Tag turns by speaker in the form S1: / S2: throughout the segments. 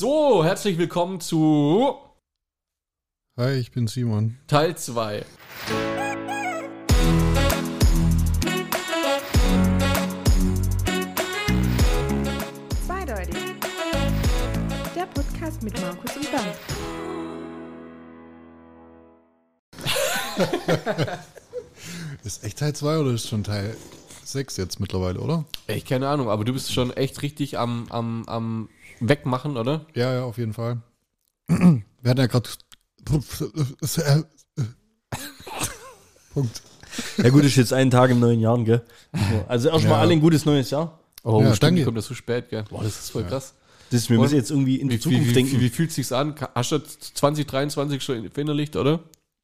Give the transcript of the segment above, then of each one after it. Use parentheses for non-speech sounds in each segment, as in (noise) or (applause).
S1: So, herzlich willkommen zu
S2: Hi, ich bin Simon.
S1: Teil 2.
S3: Zweideutig. Der Podcast mit Markus und Dan.
S2: Ist echt Teil 2 oder ist schon Teil 6 jetzt mittlerweile, oder?
S1: Ey, keine Ahnung, aber du bist schon echt richtig am, am, am Wegmachen, oder?
S2: Ja, ja, auf jeden Fall. (clears throat) Wir hatten ja gerade. (clears throat) Punkt.
S4: Ja gut, ist jetzt einen Tag im neuen Jahr, gell? So, Also erstmal
S2: Ja.
S4: alle ein gutes neues Jahr.
S1: Oh,
S2: Ja,
S1: stimmt,
S2: danke.
S1: kommt das so spät, gell? Boah, das ist voll krass.
S4: Das, wir
S1: Und-
S4: müssen jetzt irgendwie in die
S1: Wie,
S4: Zukunft
S1: wie, wie,
S4: denken.
S1: wie, wie fühlt sich's an? Ka- Hast du 2023 schon verinnerlicht, oder?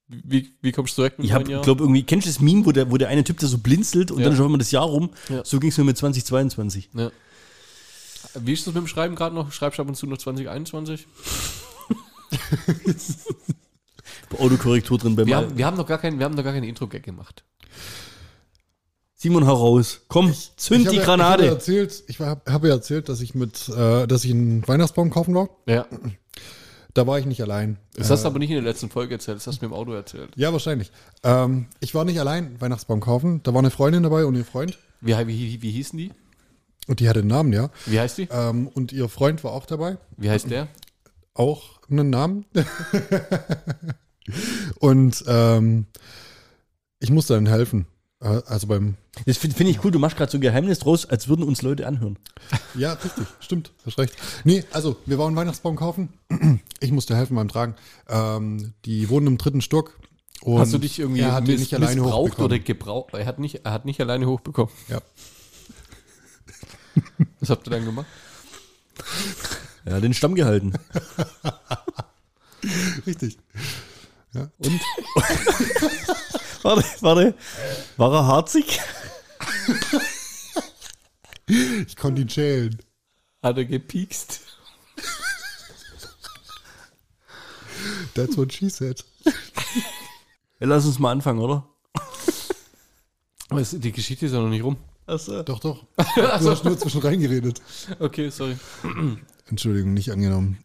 S1: Wie, wie kommst du direkt mit
S4: ich hab, glaube irgendwie, kennst du das Meme, wo der, wo der eine Typ da so blinzelt und
S1: Ja.
S4: dann schauen wir das Jahr rum?
S1: Ja.
S4: So ging es mir mit 2022.
S1: ja. Wie ist das mit dem Schreiben gerade noch? Schreibst du ab und zu noch 2021?
S4: Autokorrektur drin bei
S1: Wir
S4: mir.
S1: haben, wir haben noch gar keinen, wir haben noch gar keinen Intro-Gag gemacht.
S4: Simon, hau raus. Komm, zünd
S2: Ich hab
S4: die
S2: ja- Ich
S4: Granate.
S2: habe ja erzählt, ich hab- hab ja erzählt, dass ich mit, äh, dass ich einen Weihnachtsbaum kaufen war.
S1: Ja.
S2: Da war ich nicht allein. Äh,
S1: Das hast du aber nicht in der letzten Folge erzählt, das hast du mir im Auto erzählt.
S2: Ja, wahrscheinlich. Ähm, ich war nicht allein Weihnachtsbaum kaufen. Da war eine Freundin dabei und ihr Freund.
S1: Wie, wie, wie hießen die?
S2: Und die hatte einen Namen, ja.
S1: Wie heißt die?
S2: Ähm, und ihr Freund war auch dabei.
S1: Wie heißt der?
S2: auch einen Namen. und ähm, ich musste dann helfen. Äh, Also beim.
S4: Das finde find ich cool, du machst gerade so ein Geheimnis draus, als würden uns Leute anhören.
S2: Ja, richtig, stimmt, hast recht. Nee, also wir waren Weihnachtsbaum kaufen. Ich musste helfen beim Tragen. Ähm, die wohnen im dritten Stock. Und
S1: Hast du dich irgendwie
S2: er hat die
S1: miss-
S2: nicht alleine
S1: missbraucht
S2: hochbekommen.
S1: oder gebraucht? Er hat nicht, er hat nicht alleine hochbekommen.
S2: Ja.
S1: Was habt ihr dann gemacht?
S4: Ja, den Stamm gehalten.
S2: Richtig. (laughs)
S4: Und? warte, warte. War er harzig?
S2: Ich konnte ihn chillen.
S1: Hat er gepiekst?
S2: That's what she said.
S4: Ja, lass uns mal anfangen, oder?
S1: Aber es- Die Geschichte ist ja noch nicht rum.
S4: Achso.
S2: Doch,
S1: (laughs)
S2: doch. Du hast nur zwischen reingeredet.
S1: Okay, sorry.
S2: Entschuldigung, nicht angenommen.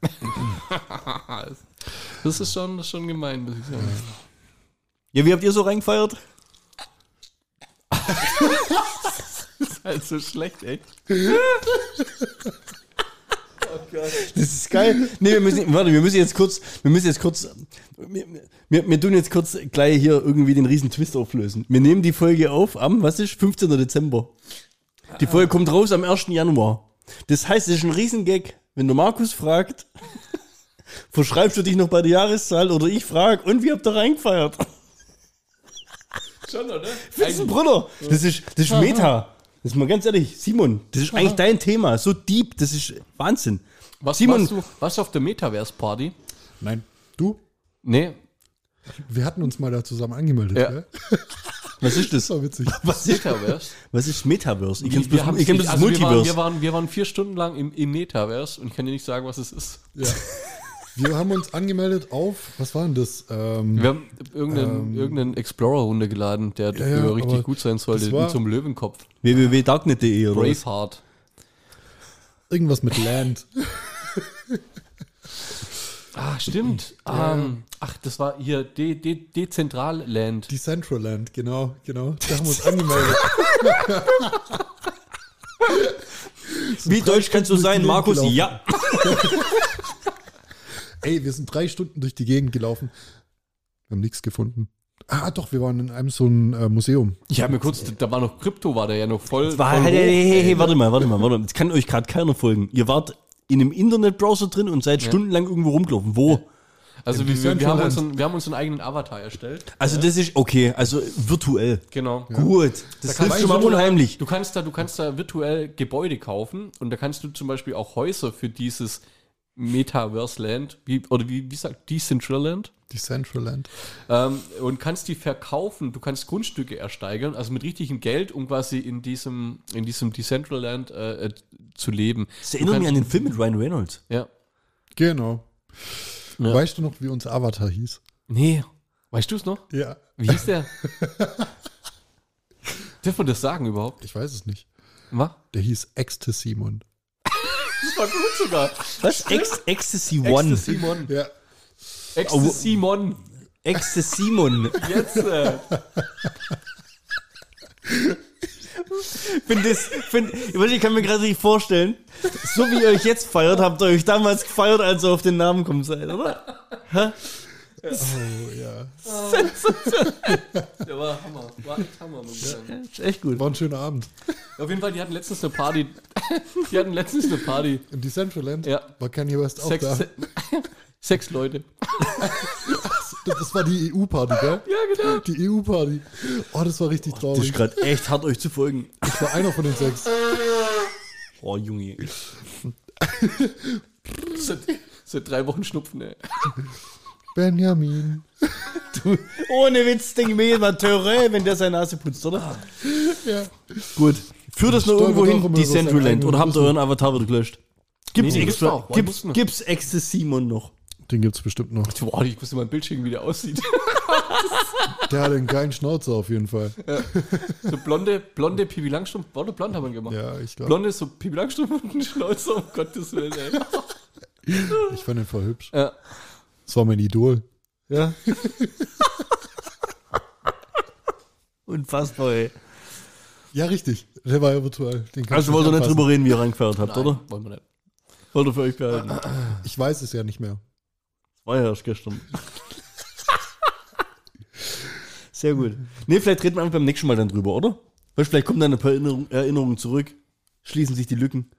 S1: Das ist schon, das ist schon gemein, muss ich sagen.
S4: Ja, wie habt ihr so reingefeiert?
S1: Das ist halt so schlecht, ey.
S4: Das ist geil. Nee, wir müssen, warte, wir müssen jetzt kurz, wir müssen jetzt kurz, wir, wir, wir tun jetzt kurz gleich hier irgendwie den riesen Twist auflösen. Wir nehmen die Folge auf am, was ist, 15. Dezember. Die Folge kommt raus am 1. Januar. Das heißt, es ist ein Riesengag. Wenn du Markus fragt, (laughs) verschreibst du dich noch bei der Jahreszahl oder ich frag, und wie habt ihr reingefeiert?
S1: Schon, oder?
S4: Das ist ein Brunner. Das ist, das ist Meta. Das ist mal ganz ehrlich, Simon, das ist eigentlich dein Thema. So deep, das ist Wahnsinn.
S1: Was
S4: Simon-
S1: Simon, du, warst du auf der Metaverse-Party?
S2: Nein. Du?
S1: Nee.
S2: Wir hatten uns mal da zusammen angemeldet.
S1: Ja.
S2: Gell?
S4: Was ist
S2: Das
S4: das?
S2: war witzig.
S4: (laughs) Was ist,
S1: (laughs) Metaverse?
S4: was ist Metaverse? Ich kenn's
S1: Wir
S4: bloß,
S1: haben's
S4: ich kenn
S1: nicht-
S4: bloß das
S1: also wir waren,
S4: Multiverse.
S1: wir, waren, wir waren vier Stunden lang im, im Metaverse und ich kann dir nicht sagen, was es ist.
S2: Ja. Wir haben uns angemeldet auf, was war denn das? Ähm,
S1: Wir haben irgendeinen, irgendeinen Explorer runtergeladen, der
S2: ja,
S1: dafür richtig
S2: aber
S1: gut sein sollte,
S2: das war-
S1: mit so einem Löwenkopf.
S4: www.darknet.de oder was?
S1: Braveheart.
S2: irgendwas mit Land.
S1: Ah, stimmt. Ähm, ach, das war hier De De Dezentralland.
S2: Decentraland, genau, genau. Da haben wir uns angemeldet.
S4: Wie deutsch kannst du sein,
S2: Stunden
S4: Markus?
S2: gelaufen.
S4: Ja.
S2: Ey, wir sind drei Stunden durch die Gegend gelaufen. Wir haben nichts gefunden. Ah, doch, wir waren in einem so ein äh, Museum.
S1: Ich habe mir kurz, da war noch Krypto, war der ja noch voll.
S4: War, halt
S1: voll
S4: hey,
S1: hoch.
S4: hey, hey, hey, warte mal, warte mal, (laughs) warte mal. Das kann euch gerade keiner folgen. Ihr wart in einem Internetbrowser drin und seid stundenlang irgendwo rumgelaufen. Wo?
S1: Also wir, wir, wir, haben
S2: Decentraland.
S1: uns einen, wir haben uns einen eigenen Avatar erstellt.
S4: Also das ist okay, also virtuell.
S1: Genau.
S4: Gut, das
S1: kannst
S4: hilft schon
S1: du
S4: mal
S1: virtuell-
S4: unheimlich.
S1: Du kannst da, du kannst da virtuell Gebäude kaufen und da kannst du zum Beispiel auch Häuser für dieses Metaverse Land, wie, oder wie, wie sagt Decentraland?
S2: Decentraland.
S1: Ähm, und kannst die verkaufen, du kannst Grundstücke ersteigern, also mit richtigem Geld, um quasi in diesem, in diesem Decentraland äh, äh, zu leben.
S4: Das erinnert mich an den Film mit Ryan Reynolds.
S1: Ja.
S2: Genau.
S1: Ja.
S2: Weißt du noch, wie unser Avatar hieß?
S1: Nee. Weißt du es noch?
S2: Ja.
S1: Wie hieß (laughs) der? Darf man das sagen überhaupt?
S2: Ich weiß es nicht.
S1: Was?
S2: Der hieß Ecstasy Simon.
S1: war gut sogar.
S4: Was? Ex Ecstasy One.
S1: Simon.
S2: Ja.
S1: Exe Simon.
S4: Ecstasy Simon.
S1: Jetzt. Äh,
S4: Find das, find, ich weiß nicht, ich kann mir gerade nicht vorstellen, so wie ihr euch jetzt feiert, habt ihr euch damals gefeiert, als ihr auf den Namen gekommen seid, oder?
S2: Oh, ja.
S1: der war Hammer. War echt Hammer, muss ich sagen.
S4: Ist echt gut.
S2: War ein schöner Abend.
S1: Auf jeden Fall, die hatten letztens eine Party. Die hatten letztens eine Party.
S2: Im Decentraland
S1: Ja.
S2: war Kanye West auch
S1: Sechs,
S2: da.
S1: se sechs Leute.
S2: Das war die EU-Party, gell?
S1: Ja, genau.
S2: Die EU-Party. Oh, das war richtig
S4: Das ist
S2: traurig.
S4: gerade echt hart, euch zu folgen.
S2: Ich war einer von den sechs.
S4: Oh, Junge.
S1: Seit, seit drei Wochen Schnupfen, ey.
S2: Benjamin.
S4: Ohne Witz, denke ich mir jetzt mal, Töre, wenn der seine Nase putzt, oder?
S2: Ja.
S4: Gut. Führt das noch
S2: Stolpert
S4: irgendwo
S2: auch
S4: hin,
S2: immer
S4: die
S2: über seinen
S4: Centraland,
S2: eigenen
S4: oder habt ihr
S2: Rüssel.
S4: euren Avatar wieder gelöscht? Gibt's
S1: Nee, nee, gibt's
S4: extra,
S1: noch.
S4: gibt's,
S1: Muss noch.
S4: gibt's Ecstasy Simon noch?
S2: Den gibt's bestimmt noch.
S1: Boah, ich wusste mein Bild schicken, wie der aussieht.
S2: Der hat einen geilen Schnauzer auf jeden Fall.
S1: So blonde, blonde Pipi Langstrumpf. Blonde blond haben wir gemacht.
S2: Ja, ich glaube.
S1: Blonde, so Pipi Langstrumpf und ein Schnauzer, um Gottes Willen, ey.
S2: Ich fand ihn voll hübsch.
S1: Ja.
S2: Das war mein Idol.
S4: Ja. Unfassbar, ey.
S2: Ja, richtig. Der war ja virtual. Den kann
S4: Also
S2: ich
S4: wollt ihr nicht
S2: anfassen.
S4: drüber reden, wie ihr reingefeiert habt, oder?
S1: Wollen wir nicht.
S4: Wollt ihr für euch behalten?
S2: Ich weiß es ja nicht mehr.
S4: War ja erst gestern. Sehr gut. Nee, vielleicht reden wir einfach beim nächsten Mal dann drüber, oder? Weil vielleicht kommen dann ein paar Erinnerung, Erinnerungen zurück, schließen sich die Lücken.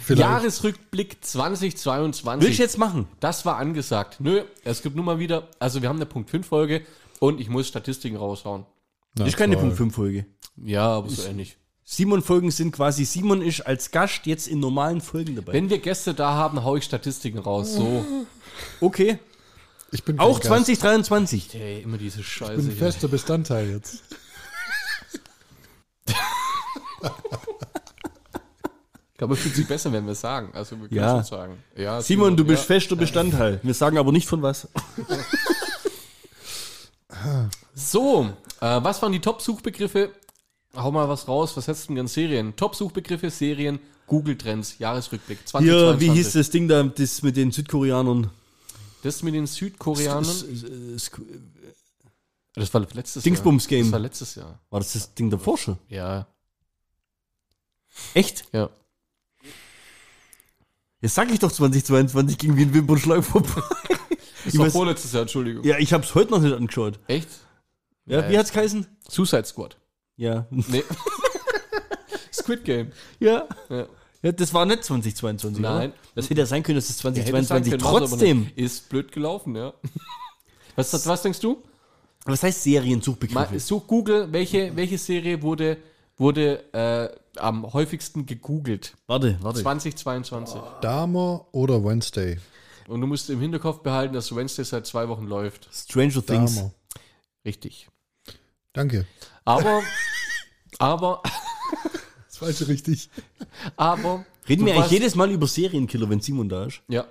S2: Vielleicht.
S1: Jahresrückblick 2022.
S4: Will ich jetzt machen?
S1: Das war angesagt. Nö, es gibt nun mal wieder, also wir haben eine Punkt 5 Folge und ich muss Statistiken raushauen.
S2: Na,
S4: ist keine
S2: toll.
S4: Punkt 5 Folge.
S1: Ja, aber so ähnlich.
S4: Simon Folgen sind quasi, Simon ist als Gast jetzt in normalen Folgen dabei.
S1: Wenn wir Gäste da haben, hau ich Statistiken raus. So.
S4: okay.
S2: Ich bin kein
S4: Auch
S2: Gast.
S1: (laughs)
S4: 2023.
S1: Ey, immer diese
S2: Ich
S1: Scheiße.
S2: bin
S1: Hier.
S2: fester Bestandteil jetzt.
S1: Ich glaube, es fühlt sich besser, wenn wir es sagen. Also wir können
S4: Ja.
S1: schon sagen. Ja,
S4: Simon, du bist
S1: ja.
S4: fester Bestandteil. Wir sagen aber nicht von was.
S1: So, äh, was waren die Top-Suchbegriffe? Hau mal was raus, was hättest du denn gern Serien? Top-Suchbegriffe, Serien, Google-Trends, Jahresrückblick
S4: Hier, wie hieß
S1: das?
S4: das Ding da, das mit den Südkoreanern?
S1: Das mit den
S4: S-
S1: Südkoreanern?
S4: s- s-
S1: Das war letztes
S4: Dingsbums-Game.
S1: Jahr. Das war letztes Jahr.
S4: War das das Ding der Forscher?
S1: Ja,
S4: Echt?
S1: ja.
S4: Jetzt sag ich doch 2022 ging wie ein
S1: (laughs)
S4: Wimpernschlag vorbei.
S1: Das
S4: Ich
S1: war
S4: weiß-
S1: vorletztes Jahr, Entschuldigung.
S4: Ja, ich hab's heute noch nicht angeschaut.
S1: Echt?
S4: Ja,
S1: Ja,
S4: wie
S1: ja.
S4: hat's geheißen?
S1: Suicide Squad.
S4: Ja. (laughs)
S1: Nee. (laughs) Squid Game.
S4: ja.
S1: Ja.
S4: Ja, das war nicht 2022,
S1: Nein.
S4: Oder? Das hätte ja sein können, dass es
S1: Ja, hätte es sein
S4: 2022
S1: können, war's aber
S4: trotzdem.
S1: nicht. Ist blöd gelaufen, ja. Was, was, was denkst du?
S4: Was heißt Seriensuchbegriffe?
S1: Mal, such Google, welche, welche Serie wurde, wurde äh, am häufigsten gegoogelt?
S4: Warte, warte.
S1: 2022.
S2: Dahmer oder Wednesday?
S1: Oh. Und du musst im Hinterkopf behalten, dass Wednesday seit zwei Wochen läuft.
S4: Stranger Things.
S2: Dahmer.
S1: Richtig.
S2: Danke.
S1: Aber, (laughs) aber,
S2: Das falsche richtig.
S1: aber.
S4: Reden
S1: du
S4: wir eigentlich
S1: warst-
S4: jedes Mal über Serienkiller, wenn Simon da ist?
S1: Ja.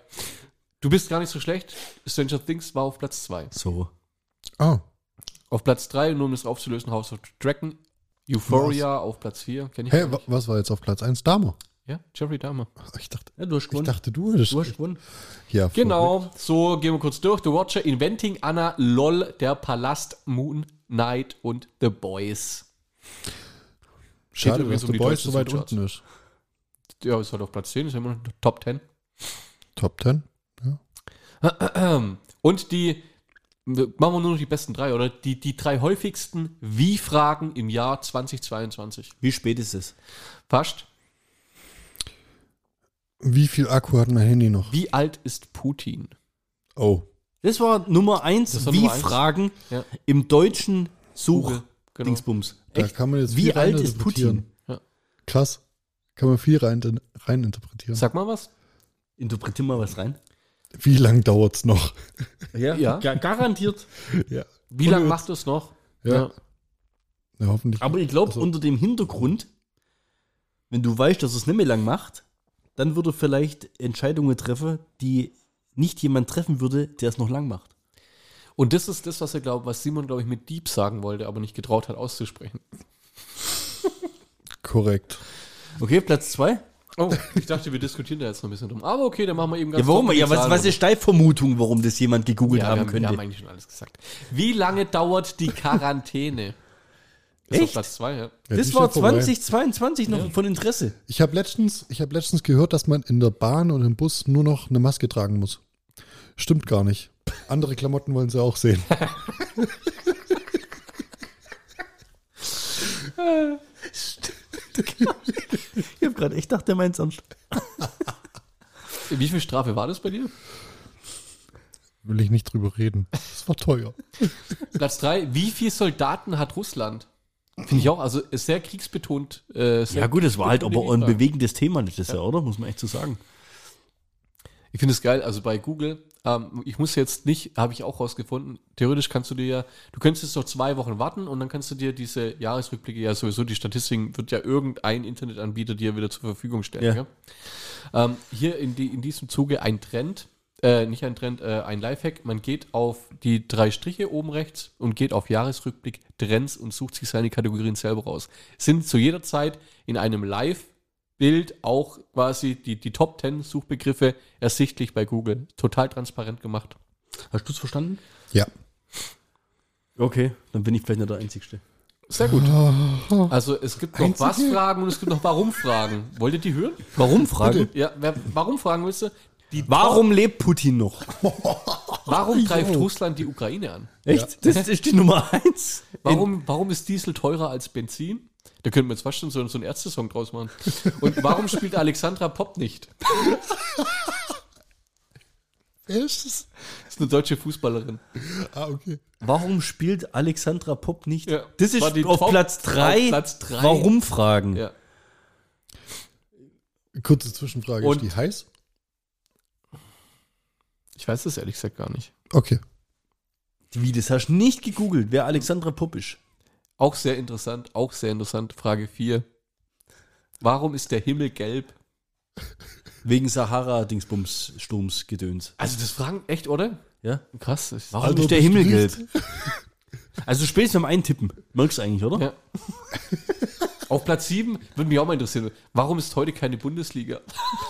S1: Du bist gar nicht so schlecht. Stranger Things war auf Platz 2.
S4: So.
S2: Ah,
S1: Auf Platz 3, nur um das aufzulösen, House of Dragon. Euphoria auf Platz 4. Kenn ich
S2: hä,
S1: gar
S2: wa-
S1: nicht.
S2: was war jetzt auf Platz 1? Dahmer.
S1: Ja, Jeffrey Dahmer.
S2: Ich dachte,
S4: Ja, du hast
S2: ich
S4: gewonnen.
S2: dachte du hättest.
S4: Du hast gewonnen.
S2: Ja,
S1: Genau, so gehen wir kurz durch. The Watcher, Inventing Anna, LOL, Der Palast, Moon Knight und The Boys. Geht
S2: Schade,
S1: übrigens
S2: dass
S1: um
S2: The
S1: die
S2: Boys
S1: deutschen
S2: so weit
S1: Charts.
S2: unten ist.
S1: Ja, ist halt auf Platz 10, ist immer noch Top 10.
S2: Top 10?
S1: Und die, machen wir nur noch die besten drei, oder? Die, die drei häufigsten Wie-Fragen im Jahr 2022.
S4: Wie spät ist es?
S1: Fast.
S2: Wie viel Akku hat mein Handy noch?
S1: Wie alt ist Putin?
S2: Oh.
S4: Das war Nummer
S1: Das
S4: 1.
S1: war
S4: Wie
S1: Nummer eins.
S4: Fragen
S1: Ja.
S4: im deutschen
S1: Google,
S4: Such.
S1: genau.
S4: Dingsbums.
S2: Da kann man jetzt
S4: Wie
S2: viel
S4: alt ist
S2: reininterpretieren.
S4: Putin?
S2: Krass. Kann man viel rein, reininterpretieren.
S1: Sag mal was.
S4: Interpretier mal was rein.
S2: Wie lang dauert's noch?
S4: Ja,
S1: Ga-
S4: garantiert.
S2: ja.
S1: Wie
S2: Ohne
S1: lange
S2: Witz.
S1: macht es noch?
S2: Ja. ja, hoffentlich.
S4: Aber ich glaube,
S2: Also-
S4: unter dem Hintergrund, wenn du weißt, dass es nicht mehr lang macht, dann würde er vielleicht Entscheidungen treffen, die nicht jemand treffen würde, der es noch lang macht.
S1: Und das ist das, was er glaubt, was Simon, glaube ich, mit Dieb sagen wollte, aber nicht getraut hat auszusprechen.
S2: Korrekt.
S4: Okay, Platz 2.
S1: Oh, ich dachte, wir diskutieren da jetzt noch ein bisschen drum. Aber okay, dann machen wir eben ganz
S4: Ja, warum?
S1: trocken die
S4: Ja, was,
S1: Zahlen
S4: was ist Steifvermutung, warum das jemand gegoogelt
S1: Ja, wir
S4: haben
S1: haben, wir
S4: könnte?
S1: haben eigentlich schon alles gesagt. Wie lange (laughs) dauert die Quarantäne? Bis auf
S4: Echt?
S1: Platz 2, ja.
S2: Ja,
S4: das
S2: die
S4: war
S2: steht vorbei.
S4: 2022 noch von Interesse.
S2: Ich habe letztens, ich hab letztens gehört, dass man in der Bahn und im Bus nur noch eine Maske tragen muss. Stimmt gar nicht. Andere Klamotten wollen sie auch sehen.
S4: Ich habe gerade echt gedacht, der meint's ernst.
S1: Wie viel Strafe war das bei dir?
S2: Will ich nicht drüber reden. Das war teuer.
S1: Platz 3, wie viele Soldaten hat Russland? Finde ich auch, also ist sehr kriegsbetont. äh, sehr
S4: Ja gut, das war halt
S1: betont,
S4: aber ein
S1: die Frage.
S4: bewegendes Thema letztes Jahr, oder? Muss man echt so sagen.
S1: Ich finde es geil, also bei Google, ähm, ich muss jetzt nicht, habe ich auch rausgefunden, theoretisch kannst du dir ja, du könntest jetzt noch zwei Wochen warten und dann kannst du dir diese Jahresrückblicke ja sowieso, die Statistiken wird ja irgendein Internetanbieter dir wieder zur Verfügung stellen.
S4: Ja.
S1: gell? Ähm, hier in, die, in diesem Zuge ein Trend, äh, nicht ein Trend, äh, ein Lifehack, man geht auf die drei Striche oben rechts und geht auf Jahresrückblick, Trends und sucht sich seine Kategorien selber raus. Sind zu jeder Zeit in einem Live- Bild auch quasi die, die Top 10 Suchbegriffe ersichtlich bei Google. Total transparent gemacht.
S4: Hast du es verstanden?
S2: Ja.
S4: Okay, dann bin ich vielleicht nicht der Einzigste.
S1: Sehr (laughs) gut. Also es gibt noch
S2: Einzige-
S1: Was-Fragen und es gibt noch Warum-Fragen. Wollt ihr die hören?
S4: Warum fragen?
S1: Ja, wer, warum fragen willst du? Die
S4: Warum lebt Putin noch?
S1: warum greift Russland die Ukraine an?
S4: Echt? Das ist die Nummer eins.
S1: Warum, warum ist Diesel teurer als Benzin? Da könnten wir jetzt fast schon so, so einen Ärzte-Song draus machen. Und warum spielt Alexandra Pop nicht?
S2: Wer ist das?
S1: Das ist eine deutsche Fußballerin.
S2: Ah, okay.
S4: Warum spielt Alexandra Pop nicht?
S1: Ja.
S4: Das ist
S1: War die
S4: auf
S1: Top-
S4: Platz
S1: auf
S4: 3.
S1: Platz drei.
S4: Warum fragen?
S1: Ja.
S2: Kurze Zwischenfrage.
S1: Und-
S2: ist die heiß?
S1: Ich weiß das ehrlich gesagt gar nicht.
S2: Okay.
S4: Wie, das hast du nicht gegoogelt, wer Alexandra Pop ist?
S1: Auch sehr interessant, auch sehr interessant. Frage 4. Warum ist der Himmel gelb?
S4: Wegen Sahara-Dingsbums, Sturms, Gedöns.
S1: Also das fragen echt, oder?
S4: Ja?
S1: Krass. Das
S4: Warum
S2: Also
S4: ist der
S2: bist
S4: Himmel
S2: du
S4: gelb? Also spätestens beim Eintippen. Merkst du eigentlich, oder?
S1: Ja. (laughs) Auf Platz 7 würde mich auch mal interessieren. Warum ist heute keine Bundesliga? (laughs)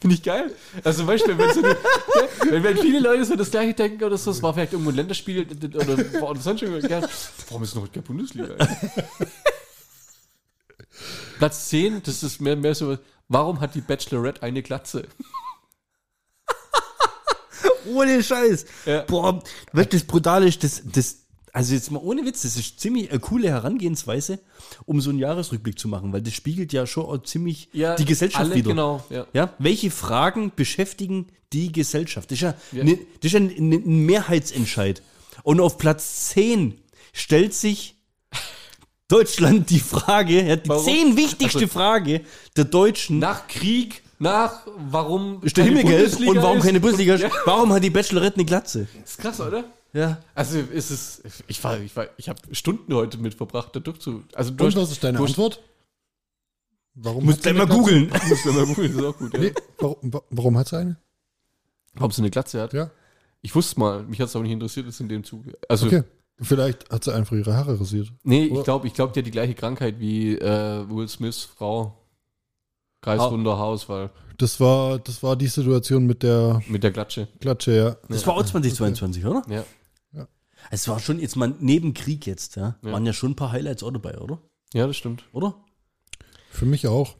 S1: Finde ich geil. Also zum Beispiel, wenn, so eine, (laughs) wenn, wenn viele Leute so das gleiche denken oder so, es war vielleicht irgendwo ein Länderspiel oder, oder sonst irgendwas. ja, Warum ist noch heute keine Bundesliga? (laughs) Platz 10, das ist mehr, mehr so, warum hat die Bachelorette eine Glatze?
S4: Ohne Scheiß.
S1: Ja.
S4: Boah, wirklich das Brutale ist, das, das, also jetzt mal ohne Witz, das ist ziemlich eine coole Herangehensweise, um so einen Jahresrückblick zu machen, weil das spiegelt ja schon auch ziemlich die Gesellschaft
S1: alle,
S4: wieder.
S1: Genau, ja.
S4: Ja, welche Fragen beschäftigen die Gesellschaft? Das ist ja,
S1: Ja.
S4: Ne, das ist ja ein, ein Mehrheitsentscheid. Und auf Platz 10 stellt sich Deutschland die Frage, ja, die
S1: Warum?
S4: zehn wichtigste
S1: Also-
S4: Frage der Deutschen.
S1: Nach Krieg, nach warum
S4: ist der
S1: keine
S4: Himmel gelb
S1: Bundesliga
S4: und warum
S1: ist.
S4: keine Bundesliga? ist? Warum hat die Bachelorette eine Glatze?
S1: Ist krass, oder?
S4: Ja.
S1: Also es ist ich war ich war ich habe Stunden heute mit verbracht da durchzu also du
S2: Und
S1: hast-
S2: was ist deine
S1: du hast-
S2: Antwort? Warum
S4: Muss
S2: hat sie
S4: gleich
S2: eine
S4: mal
S2: Glatze?
S4: googeln.
S1: Musst du mal googeln, (laughs) das ist auch gut, ja.
S2: Nee, warum, wa- warum hat sie eine?
S1: Warum sie eine Glatze hat?
S2: Ja.
S1: Ich wusste es mal, mich hat es aber nicht interessiert, ist in dem Zuge. Also
S2: Okay. Vielleicht hat sie einfach ihre Haare rasiert.
S1: nee, ich glaube, ich glaube, die hat die gleiche Krankheit wie äh, Will Smiths Frau Kreiswunderhaus, weil
S2: Das war, das war die Situation mit der
S1: mit der Glatsche.
S2: Klatsche, ja.
S4: Das war auch 2022, oder?
S1: Ja.
S4: Es war schon jetzt mal neben Krieg jetzt, ja.
S1: Ja.
S4: Waren ja schon ein paar Highlights auch dabei, oder?
S1: Ja, das stimmt.
S4: Oder?
S2: Für mich auch.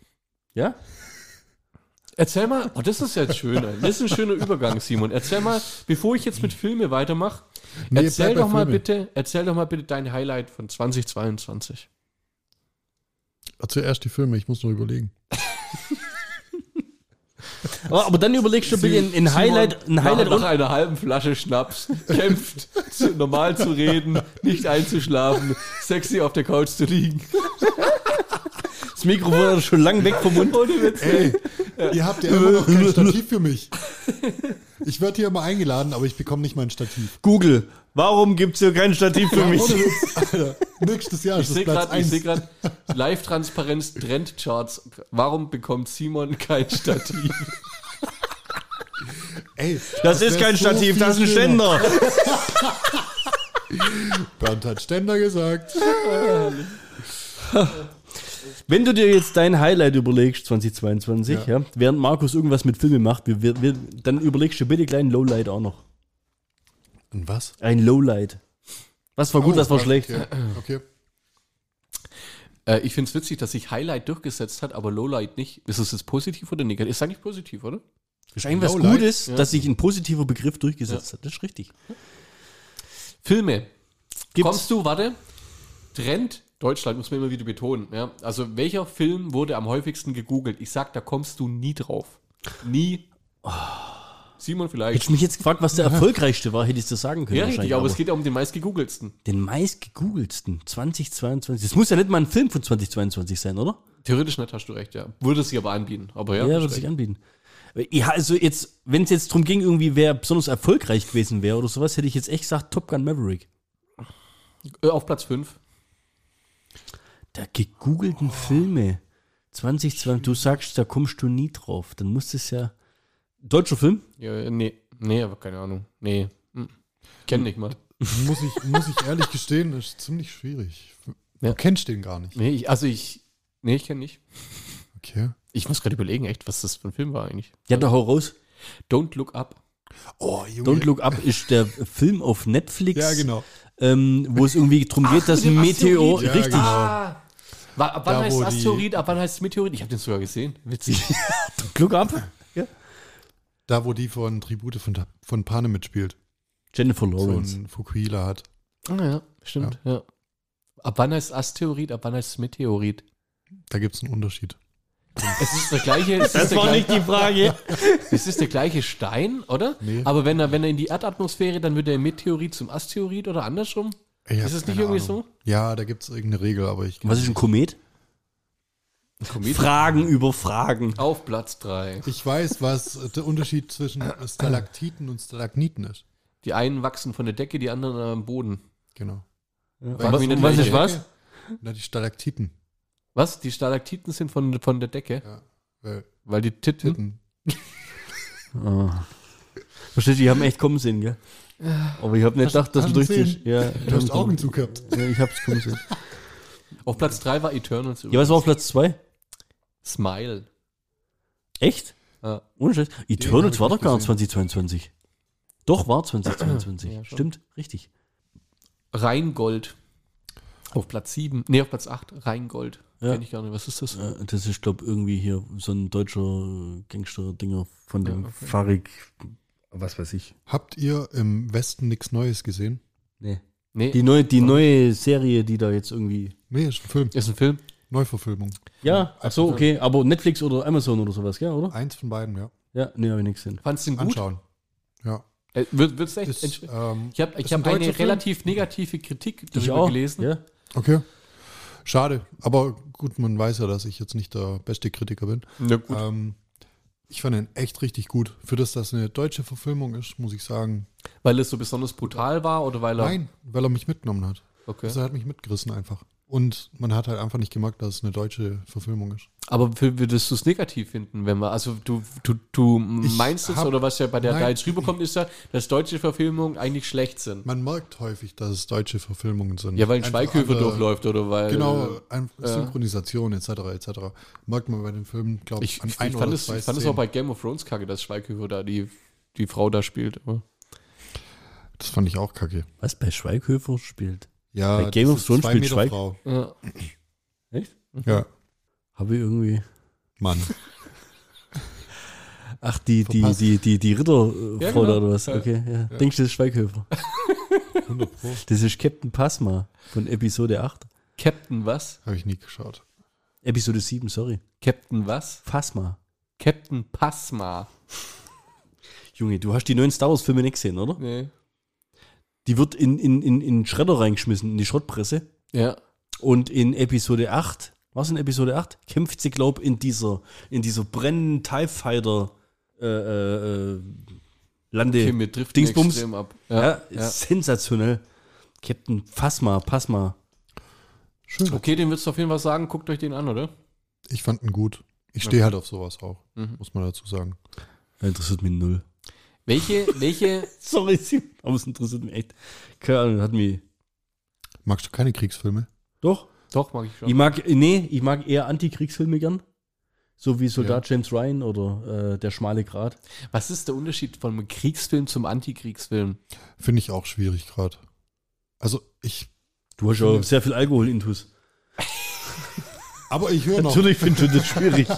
S4: Ja?
S1: Erzähl mal, oh, das ist ja jetzt schöner. Das ist ein schöner Übergang, Simon. Erzähl mal, bevor ich jetzt mit Filme weitermache,
S2: Nee,
S1: erzähl
S2: bleib bei
S1: doch mal
S2: Filmen.
S1: bitte, erzähl doch mal bitte dein Highlight von 2022.
S2: Also Zuerst die Filme, ich muss noch überlegen.
S4: Aber, aber dann überlegst du bitte ein, ein Highlight, ein Highlight
S1: nach,
S4: und
S1: nach einer halben Flasche Schnaps kämpft, zu, normal zu reden, nicht einzuschlafen, sexy auf der Couch zu liegen.
S4: das Mikrofon ist schon lang weg vom Mund.
S1: Ohne Witz.
S2: Ey, (laughs) ihr habt
S4: Äh,
S2: ja immer noch kein Stativ für mich. Ich werde hier immer eingeladen, aber ich bekomme nicht mein Stativ.
S4: Google, warum gibt's hier kein Stativ für mich?
S2: Ohne Witz, Alter. Nächstes
S4: (laughs)
S2: Jahr
S1: Ich
S2: ist es
S1: sehe
S2: Platz
S1: gerade, ich sehe
S2: 1.
S1: gerade Live-Transparenz, Trendcharts. Warum bekommt Simon kein Stativ?
S2: Ey,
S4: Das ist
S2: wär
S4: kein
S2: so
S4: Stativ,
S2: viel
S4: das ist ein
S2: schöner.
S4: Ständer.
S2: Bernd hat Ständer gesagt.
S4: Wenn du dir jetzt dein Highlight überlegst, 2022, ja. während Markus irgendwas mit Filmen macht, wir, wir, wir, dann überlegst du bitte gleich ein Lowlight auch noch.
S2: Und was?
S4: Ein Lowlight. Was war gut,
S2: Oh,
S4: was war
S2: ja,
S4: schlecht.
S2: Okay. okay.
S1: Äh, ich finde es witzig, dass sich Highlight durchgesetzt hat, aber Lowlight nicht. Ist es jetzt positiv oder negativ? Ist eigentlich positiv, oder?
S4: Ist eigentlich was
S2: Lowlight. (laughs)
S4: Gutes, dass sich ein positiver Begriff durchgesetzt hat. Das ist richtig.
S1: Filme.
S4: Gibt's-
S1: Kommst du, warte. Trend Deutschland, muss man immer wieder betonen. Ja? Also, welcher Film wurde am häufigsten gegoogelt? Ich sag, da kommst du nie drauf. Nie. Simon vielleicht.
S4: Hättest du mich jetzt gefragt, was der erfolgreichste war, hätte ich das sagen können.
S1: Ja, richtig,
S4: wahrscheinlich,
S1: aber es geht ja um den meistgegoogeltsten.
S4: den meistgegoogelsten 2022. Das muss ja nicht mal ein Film von 2022 sein, oder?
S1: Theoretisch nicht, hast du recht, ja. Würde sich aber anbieten. Aber ja,
S4: Ja,
S1: hast
S4: würde
S1: recht.
S4: sich anbieten. Ja, also jetzt, wenn es jetzt darum ging, irgendwie wer besonders erfolgreich gewesen wäre oder sowas, hätte ich jetzt echt gesagt Top Gun Maverick.
S1: Äh, auf Platz 5.
S4: Der gegoogelten Filme 2020, du sagst, da kommst du nie drauf. Dann muss es ja. Deutscher Film?
S1: Ja, nee, nee, aber keine Ahnung. Nee. Hm. Kenn nicht mal.
S2: Muss ich, muss ich ehrlich gestehen, das ist ziemlich schwierig.
S1: Ja.
S2: Du kennst den gar nicht.
S1: Nee, ich, also ich. Nee, ich kenne nicht.
S2: Okay.
S1: Ich muss gerade überlegen, echt, was das für ein Film war eigentlich.
S4: Ja, da hau raus.
S1: Don't Look Up.
S2: Oh, Junge.
S4: Don't Look Up ist der Film auf Netflix,
S2: Ja, genau.
S4: ähm, wo es irgendwie darum geht, dass ein Meteor.
S2: Ja,
S4: Oh,
S2: genau.
S4: richtig.
S1: Ah. Wa- Ab wann
S2: Da,
S1: heißt
S2: wo
S1: Asteroid, ab wann heißt Meteorit? Ich habe den sogar gesehen. Witzig.
S4: Look Up?
S2: Da, wo die von Tribute von, von Panem mitspielt.
S4: Jennifer
S2: So
S4: Lawrence.
S2: ein Fukuhila hat.
S1: ah, ja, stimmt. Ja. Ab wann heißt Asteroid, ab wann heißt Meteorit?
S2: Da gibt es einen Unterschied.
S1: Es ist der gleiche. Es ist der gleiche,
S4: die Frage.
S1: es ist der gleiche Stein, oder?
S2: Nee.
S1: Aber wenn er, wenn er in die Erdatmosphäre, dann wird der Meteorit zum Asteroid oder andersrum?
S2: Ich hab
S1: Ist es
S2: keine
S1: nicht irgendwie
S2: Ahnung.
S1: so?
S2: Ja, da gibt es irgendeine Regel, aber ich.
S4: Was ist ein Komet?
S1: Komet.
S4: Fragen über Fragen.
S1: Auf Platz 3.
S2: Ich weiß, was der Unterschied zwischen Stalaktiten und Stalagniten ist.
S1: Die einen wachsen von der Decke, die anderen am Boden.
S2: Genau.
S1: Frag
S4: was-
S1: mich nicht,
S4: was
S1: welche.
S4: ist was?
S2: Na, die Stalaktiten.
S1: Was? Die Stalaktiten sind von, von der Decke?
S2: Ja. Weil
S1: Weil die
S4: Hm?
S1: Titten.
S2: Titten.
S4: Verstehst du, die haben echt kommen sehen, gell? Aber ich habe nicht gedacht, dass
S2: hast
S4: Äh, du
S2: du
S4: durchziehst.
S2: gesehen?
S4: Ja,
S2: Du hast Augen zugehabt.
S4: Ja, ich hab's kommen sehen.
S1: Auf Platz 3 war Eternals.
S4: Ja, was war auf Platz 2?
S1: Smile.
S4: Echt?
S1: Ja.
S4: Ohne Scheiß.
S2: hab
S4: Eternals
S2: ich
S4: war
S2: nicht
S4: doch gar nicht
S2: gesehen.
S4: 2022. Doch, war (clears throat) 2022.
S1: Ja, schon.
S4: Stimmt, richtig.
S1: Rheingold. Auf Platz 7. Nee, auf Platz 8. Rheingold.
S4: Ja.
S1: Kenn ich gar nicht. Was ist das?
S4: Äh, Das ist, glaube irgendwie hier so ein deutscher äh, Gangster-Dinger von dem Farik. Was weiß ich.
S2: Habt ihr im Westen nichts Neues gesehen?
S4: Nee.
S1: Nee,
S4: Die neue, die neue Serie, die da jetzt irgendwie.
S2: Nee, ist ein Film.
S1: ist ein Film.
S2: Neuverfilmung.
S4: Ja, ach so, okay, aber Netflix oder Amazon oder sowas, gell, oder?
S2: Eins von beiden, ja.
S4: Ja, nee, habe ich nichts gesehen.
S1: Fandst du ihn gut?
S2: Anschauen. Ja.
S1: Äh, wird, wird's echt
S2: Ist,
S1: entsch-
S2: ähm,
S1: ich habe ich
S2: ist ein
S1: hab eine
S2: deutscher Film?
S1: relativ negative Kritik darüber gelesen.
S4: Ja.
S2: Okay. Schade. Aber gut, man weiß ja, dass ich jetzt nicht der beste Kritiker bin.
S1: Na gut.
S2: Ähm, ich fand ihn echt richtig gut. Für das, dass eine deutsche Verfilmung ist, muss ich sagen.
S1: Weil es so besonders brutal war oder weil er.
S2: Nein, weil er mich mitgenommen hat.
S1: Okay.
S2: Also er hat mich mitgerissen einfach. Und man hat halt einfach nicht gemerkt, dass es eine deutsche Verfilmung ist.
S1: Aber für- würdest du es negativ finden, wenn man, also du, du, du meinst es
S2: hab-
S1: oder was ja bei der
S2: nein.
S1: da jetzt rüberkommt, ist ja, dass deutsche Verfilmungen eigentlich schlecht sind.
S2: Man merkt häufig, dass es deutsche Verfilmungen sind.
S1: Ja, weil ein
S2: Einfach
S1: Schweighöfer
S2: andere-
S1: durchläuft oder weil.
S2: Genau, ein,
S1: äh,
S2: Synchronisation etc. etc. Merkt man bei den Filmen, glaube
S1: Ich, ich, ich fand, es, ich fand es auch bei Game of Thrones kacke, dass Schweighöfer da die, die Frau da spielt. Aber
S2: Das fand ich auch kacke.
S4: Was bei Schweighöfer spielt?
S2: Ja,
S4: Bei Game
S2: das
S4: of
S2: ist
S4: Thrones
S2: zwei
S4: spielt
S2: Meter
S4: Schweig- Mhm.
S2: Frau.
S1: ja.
S4: Echt?
S2: Ja,
S4: Habe ich irgendwie. (laughs)
S2: Mann.
S4: Ach, die, die,
S2: Verpasst.
S4: die, die, die Ritterfrau
S1: Ja, genau.
S4: da oder was? Okay, ja. Denkst du, das ist Schweighöfer?
S2: 100 Pro.
S4: Das ist Captain Pasma von Episode 8.
S1: Captain was?
S2: Habe ich nie geschaut.
S4: Episode 7, sorry.
S1: Captain was?
S4: Pasma.
S1: Captain Pasma.
S4: Junge, du hast die neuen Star Wars-Filme nicht gesehen, oder?
S1: Nee.
S4: Die wird in, in, in, in den Schredder reingeschmissen, in die Schrottpresse.
S1: Ja.
S4: Und in Episode 8, was in Episode 8? Kämpft sie, glaub in dieser, in dieser brennenden TIE Fighter äh, äh, äh, Lande.
S1: Okay, mir trifft
S4: Dingsbums.
S1: extrem ab.
S4: ja,
S1: ja.
S4: sensationell. Captain Phasma, Phasma.
S2: Schön.
S1: Okay, den würdest du auf jeden Fall sagen, guckt euch den an, oder?
S2: Ich fand ihn gut. Ich stehe halt auf sowas auch,
S4: Mhm.
S2: muss man dazu sagen.
S4: Interessiert mich null.
S1: Welche, welche,
S4: (laughs) Sorry, Simon, aber es interessiert mich echt. Keine Ahnung, hat mich.
S2: Magst du keine Kriegsfilme?
S4: Doch?
S1: (laughs) Doch, mag ich schon.
S4: Ich mag, nee, ich mag eher Antikriegsfilme gern. So wie Soldat James Ryan oder äh, Der schmale Grat.
S1: Was ist der Unterschied von einem Kriegsfilm zum Antikriegsfilm?
S2: Finde ich auch schwierig gerade. Also ich,
S4: Du hast ja sehr viel Alkohol intus.
S2: aber ich höre noch.
S4: Natürlich finde ich das schwierig.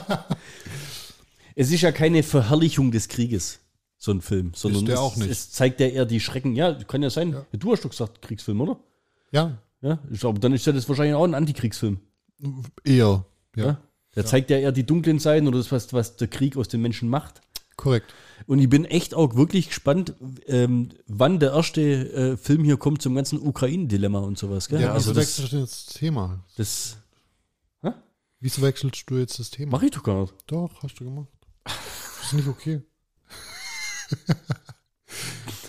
S4: (laughs) es ist ja keine Verherrlichung des Krieges, so ein Film. Sondern
S2: der
S4: es,
S2: auch nicht.
S4: es zeigt ja eher die Schrecken. Ja, kann ja sein. Du hast doch gesagt Kriegsfilm, oder?
S2: Ja,
S4: Ja, ich glaube, dann ist ja das wahrscheinlich auch ein Antikriegsfilm.
S2: eher. Ja,
S4: Ja? Der zeigt ja eher die dunklen Seiten oder das, was, was der Krieg aus den Menschen macht.
S2: korrekt.
S4: Und ich bin echt auch wirklich gespannt, ähm, wann der erste äh, Film hier kommt zum ganzen Ukraine-Dilemma und sowas. Gell?
S2: Ja,
S4: also
S2: wieso
S4: das,
S2: wechselst du jetzt das Thema?
S4: das
S2: Wieso wechselst du jetzt das Thema?
S4: mache ich doch gar nicht.
S2: Doch, hast du gemacht. ist nicht
S4: (laughs)
S2: okay.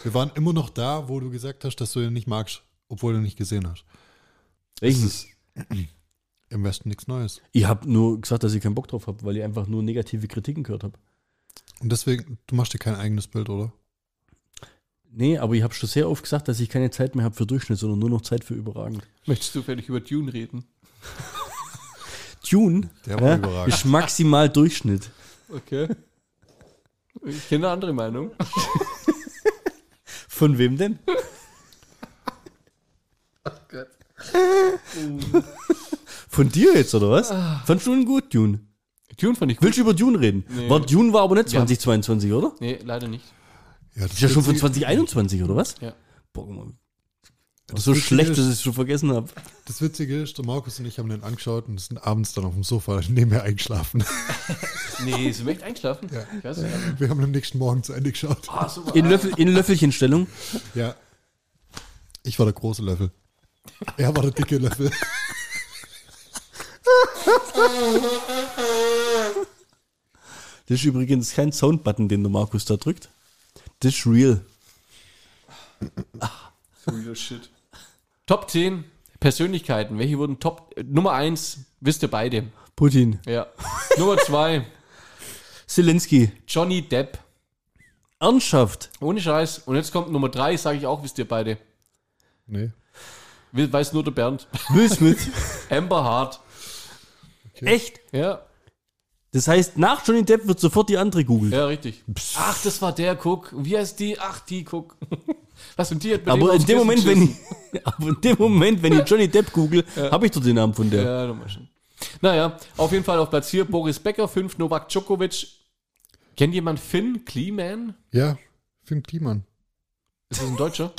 S2: Wir waren immer noch da, wo du gesagt hast, dass du ihn nicht magst, obwohl du ihn nicht gesehen hast.
S4: Welches?
S2: (clears throat) Im Westen nichts Neues.
S4: Ich habe nur gesagt, dass ich keinen Bock drauf habe, weil ich einfach nur negative Kritiken gehört habe.
S2: Und deswegen, du machst dir kein eigenes Bild, oder?
S4: Nee, aber ich habe schon sehr oft gesagt, dass ich keine Zeit mehr habe für Durchschnitt, sondern nur noch Zeit für überragend.
S1: Möchtest du zufällig über Dune reden?
S4: Tune
S2: Der war
S4: ja,
S2: überragend.
S4: ist maximal Durchschnitt.
S1: Okay. Ich kenne eine andere Meinung.
S4: Von wem denn? Von dir jetzt, oder was? Fandst du ihn gut, Dune?
S1: Dune fand ich gut.
S4: Willst du über Dune reden? War Dune war aber nicht 2022, oder?
S1: Nee, leider nicht.
S2: Ja, das
S4: Ist ja schon von
S2: Witzige-
S4: 2021, oder was?
S1: Ja.
S4: Boah, Mann. Das ist so
S2: Witzige
S4: schlecht,
S2: ist-
S4: dass ich es schon vergessen habe.
S2: Das Witzige ist, der Markus und ich haben den angeschaut und sind abends dann auf dem Sofa neben mir eingeschlafen.
S1: Nee, sie möchte einschlafen. Ja. Ich weiß nicht.
S2: (laughs) Wir haben am nächsten Morgen zu Ende geschaut.
S1: Ah, super.
S4: In, Löffel, in Löffelchenstellung.
S2: Ja. Ich war der große Löffel. Er war der dicke Löffel.
S4: Das ist übrigens kein Soundbutton, den der Markus da drückt. Das ist real.
S1: Real shit. Top 10 Persönlichkeiten. Welche wurden Top äh, Nummer 1, wisst ihr beide.
S4: Putin.
S1: Ja. (laughs) Nummer 2,
S4: Zelensky.
S1: Johnny Depp.
S4: Ernsthaft.
S1: Ohne Scheiß. Und jetzt kommt Nummer 3, sage ich auch, wisst ihr beide.
S2: (laughs) Nee.
S1: We- Weiß nur der Bernd. (laughs)
S2: (laughs)
S4: Will Smith.
S1: Amber Hart.
S4: Echt?
S1: Ja,
S4: Das heißt, nach Johnny Depp wird sofort die andere googelt.
S1: ja, richtig. Ach, das war der Cook. Wie heißt die? Ach, die Cook. (laughs) Was und die hat bei
S4: aber,
S1: aufs
S4: in dem
S1: Kissen
S4: Moment, wenn
S1: geschissen.
S4: ich, (laughs) aber in dem Moment, wenn ich Johnny Depp google, habe ich doch den Namen von der.
S1: Ja, nochmal schön. Naja, auf jeden Fall auf Platz 4 Boris Becker, 5 Novak Djokovic. Kennt jemand Finn Kliman?
S2: Ja, Finn Kliman.
S1: Ist das ein Deutscher?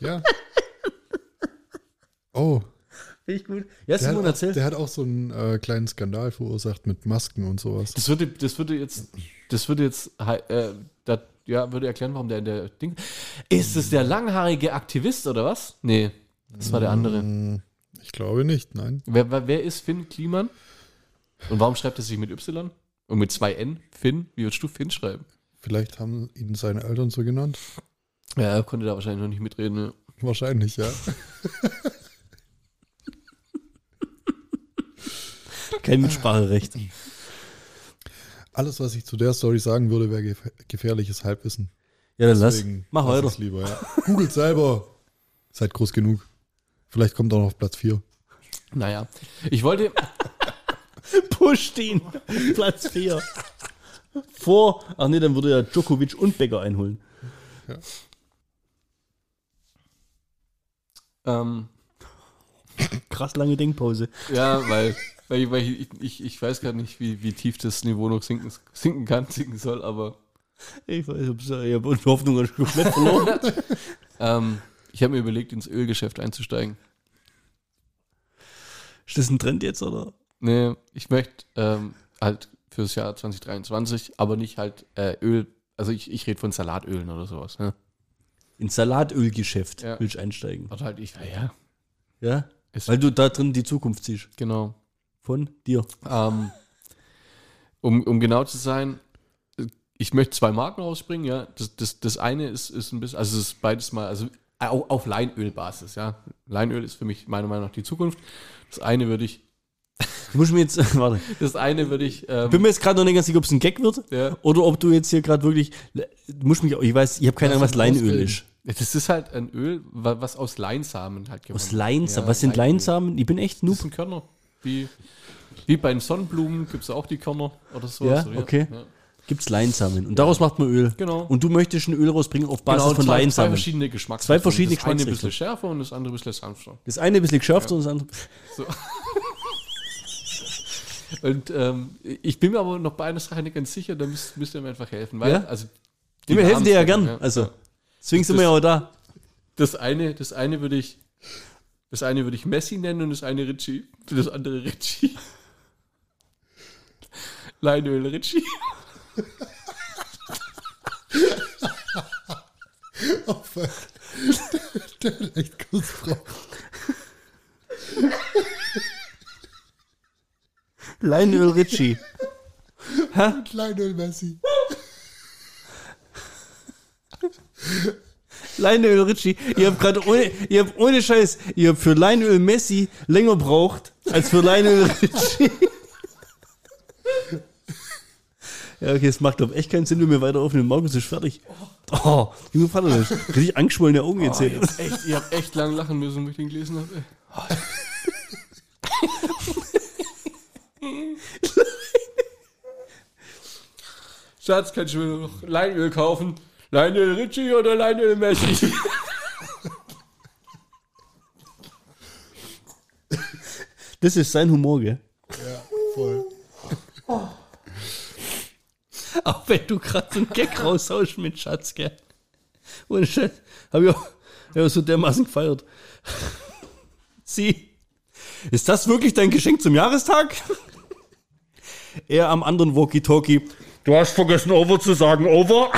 S2: Ja. (laughs) Oh,
S4: Finde ich gut.
S2: der
S4: Ja, Simon,
S2: hat,
S4: erzähl.
S2: der hat auch so einen äh, kleinen Skandal verursacht mit Masken und sowas.
S1: Das würde, das würde jetzt, das würde jetzt, äh, das, ja, würde erklären, warum der in der Ding. Ist es der langhaarige Aktivist oder was? Nee, das war der andere.
S2: Hm, Ich glaube nicht, nein.
S1: Wer, wer, wer ist Finn Kliman? Und warum schreibt er sich mit Y? Und mit zwei N? Finn? Wie würdest du Finn schreiben?
S2: Vielleicht haben ihn seine Eltern so genannt.
S1: Ja, er konnte da wahrscheinlich noch nicht mitreden. Ne?
S2: Wahrscheinlich, ja.
S4: Kein Mitspracherecht.
S2: Alles, was ich zu der Story sagen würde, wäre gef gefährliches Halbwissen.
S4: Ja, dann lass. Mach
S2: lass
S4: weiter.
S2: ich's lieber, ja. Googelt selber. Seid groß genug. Vielleicht kommt auch noch auf Platz 4.
S1: Naja, ich (laughs) wollte, (laughs)
S4: Push den. Platz 4. Vor. Ach nee, dann würde ja Djokovic und Becker einholen.
S1: ähm,
S4: Krass lange Denkpause.
S1: Ja, weil, weil, ich- weil ich, ich, ich weiß gar nicht, wie, wie tief das Niveau noch sinken, sinken kann, sinken soll, aber
S4: Ich weiß, ob's- ich habe Hoffnung hast du komplett verloren.
S1: ähm, ich habe mir überlegt, ins Ölgeschäft einzusteigen.
S4: Ist das ein Trend jetzt, oder?
S1: Nee, ich möchte ähm, halt fürs Jahr 2023, aber nicht halt äh, Öl, also ich, ich rede von Salatölen oder sowas. Ne?
S4: Ins Salatölgeschäft
S1: Ja.
S4: willst du einsteigen.
S1: Was halt ich, ja,
S4: Ja?
S1: Ist-
S4: Weil du da drin die Zukunft siehst.
S1: genau.
S4: Von dir.
S1: Ähm, um, um genau zu sein, ich möchte zwei Marken rausbringen, ja. Das, das, das eine ist, ist ein bisschen, also es ist beides mal, also au- auf Leinölbasis, ja. Leinöl ist für mich meiner Meinung nach die Zukunft. Das eine würde ich,
S4: Ich muss mir jetzt, (laughs) warte,
S1: das eine würde ich,
S4: Ich bin
S1: ähm,
S4: mir jetzt gerade noch nicht ganz sicher, ob es ein Gag wird
S1: Ja.
S4: oder ob du jetzt hier gerade wirklich, du musst mich, auch- ich weiß, ich habe keine Ahnung, was
S2: Lass uns
S4: Leinöl
S2: ausreden.
S4: ist.
S1: Das ist halt ein Öl, wa- was aus Leinsamen halt
S4: Aus
S1: gewonnen
S4: Leinsamen.
S1: Ja,
S4: Was sind
S1: Leinöl.
S4: Leinsamen? Ich bin echt
S1: Das
S4: Noob.
S1: sind Körner. Wie, wie bei den Sonnenblumen gibt es auch die Körner oder so.
S4: Ja,
S1: Also,
S4: okay.
S1: Ja.
S4: Gibt's Leinsamen. Und daraus macht man Öl.
S1: Genau.
S4: Und du möchtest ein Öl rausbringen auf Basis
S1: Genau,
S4: von
S1: zwei, zwei
S4: Leinsamen.
S1: verschiedene Geschmacks.
S4: Zwei verschiedene
S1: Das eine ein bisschen
S4: Geschmacksrichtungen.
S1: schärfer und das andere ein bisschen sanfter.
S4: das eine ein bisschen geschärft und das andere.
S1: Und ähm, ich bin mir aber noch bei einer Sache nicht ganz sicher, da müsst, müsst ihr mir einfach helfen. Weil,
S4: Ja?
S1: also, die
S4: Die mir helfen dir ja gern.
S1: Namensfindung, ja.
S4: Also, deswegen sind wir ja auch da.
S1: Das eine, das eine würde ich. Das eine würde ich Messi nennen und das eine Ritchie. Das andere (laughs) Ritchie. Leinöl Ritchie.
S2: Oh, fuck. (laughs) Der, der echt kurz braucht.
S4: Leinöl Ritchie.
S2: Lionel Messi.
S4: Leinöl Ritchie. Ihr habt gerade ohne, ihr habt ohne Scheiß, ihr habt für Leinöl Messi länger braucht als für Leinöl Ritchie. (laughs) Ja, okay, es macht doch echt keinen Sinn, wenn wir weiter aufnehmen. Markus ist fertig. Oh, Junge Vater, das ist richtig angeschwollene
S1: Oh,
S4: Augen jetzt hier.
S1: Echt, ihr habt echt lang lachen müssen, wo ich den gelesen habe. (laughs) Schatz, kannst du mir noch Leinöl kaufen? Leinöl Ritchie oder Leinöl Messi?
S4: Das ist sein Humor, gell?
S2: Ja, voll.
S4: (laughs) Auch wenn du gerade so einen Gag raushaust mit Schatz, gell? Und Schatz, hab ich auch, hab ich auch so dermaßen gefeiert. (laughs) Sie, ist das wirklich dein Geschenk zum Jahrestag? (laughs) Er am anderen Walkie-Talkie.
S5: Du hast vergessen, over zu sagen, over.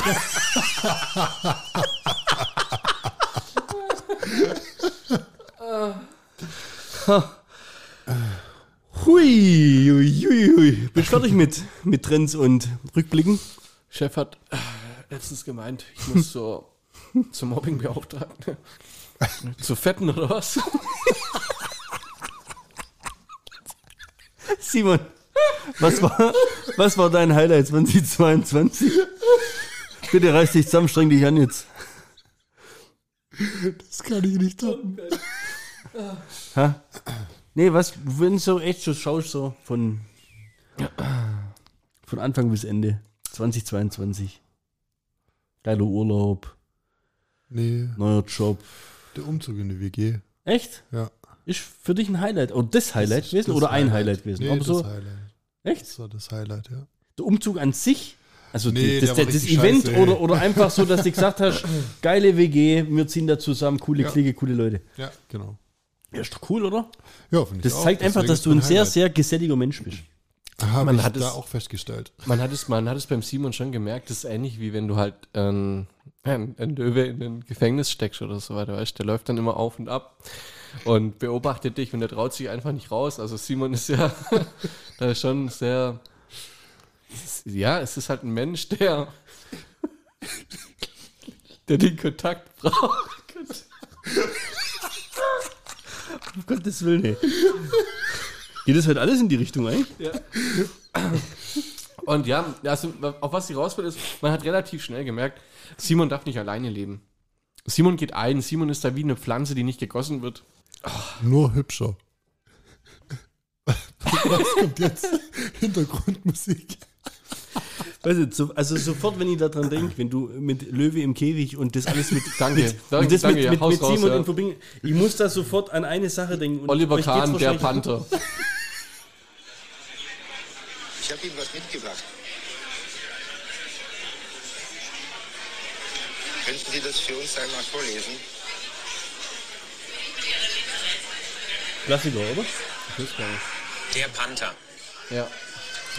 S4: Hui, hui, hui, hui. Bist fertig mit, mit Trends und Rückblicken?
S1: (laughs) Chef hat äh, letztens gemeint, ich muss zur, zur (laughs) Mobbingbeauftragten. Zu fetten oder was?
S4: Simon, was war, was war dein Highlight 2022? Bitte reiß dich zusammen, streng dich an jetzt.
S2: Das kann ich nicht toppen.
S4: Nee, was, wenn so echt so schaust, so von, von Anfang bis Ende 2022. Geiler Urlaub,
S2: Nee,
S4: neuer Job.
S2: der Umzug in die WG.
S4: Echt?
S2: Ja.
S4: Ist für dich ein Highlight? Oh, das Highlight
S2: Das-
S4: gewesen
S2: das
S4: oder ein Highlight gewesen?
S2: Nee,
S4: Aber
S2: das
S4: so,
S2: Highlight.
S4: echt?
S2: Das war das Highlight, ja.
S4: Der Umzug an sich? Also
S2: Nee,
S4: das,
S2: der war
S4: das, das
S2: richtig
S4: Event
S2: scheiße, ey.
S4: oder, oder einfach so, dass du gesagt hast, geile WG, wir ziehen da zusammen, coole
S2: Ja.
S4: Clique, coole Leute.
S2: Ja, genau.
S4: Ja, ist doch cool, oder?
S2: Ja, finde ich
S4: Das
S2: auch.
S4: zeigt einfach,
S2: Deswegen
S4: dass
S2: ist
S4: du
S2: mein
S4: ein sehr,
S2: Highlight.
S4: sehr geselliger Mensch bist.
S2: Hab
S1: Man
S2: ich
S1: hat
S2: da
S1: es-
S2: auch festgestellt.
S1: Man hat, es, man hat es beim Simon schon gemerkt, das ist ähnlich wie wenn du halt ähm, einen, einen Löwe in ein Gefängnis steckst oder so weiter, weißt du, der läuft dann immer auf und ab und beobachtet dich und der traut sich einfach nicht raus. Also Simon ist ja (laughs) da schon sehr, es ist- ja, es ist halt ein Mensch, der, der den Kontakt braucht.
S4: Um Gottes Willen, ey. Geht das halt alles in die Richtung eigentlich?
S1: Und ja, also auf was ich raus will, ist, man hat relativ schnell gemerkt, Simon darf nicht alleine leben. Simon geht ein, Simon ist da wie eine Pflanze, die nicht gegossen wird.
S2: Nur hübscher. (laughs) Was kommt (laughs) jetzt? Hintergrundmusik.
S4: Weißt du, so, also sofort, wenn ich daran denke, wenn du mit Löwe im Käfig und das alles (laughs) mit,
S1: Danke,
S4: mit,
S1: danke,
S4: und das
S1: danke,
S4: mit,
S1: ja,
S4: mit,
S1: haus
S4: mit
S1: raus,
S4: Simon
S1: ja.
S4: in Verbindung, ich muss da sofort an eine Sache denken. Und
S1: Oliver
S4: euch geht's
S1: Kahn, der
S4: wahrscheinlich-
S1: Panther.
S6: Ich habe Ihnen was mitgebracht. Könnten Sie das für uns einmal vorlesen?
S4: Klassiker, oder?
S7: Der Panther.
S1: Ja.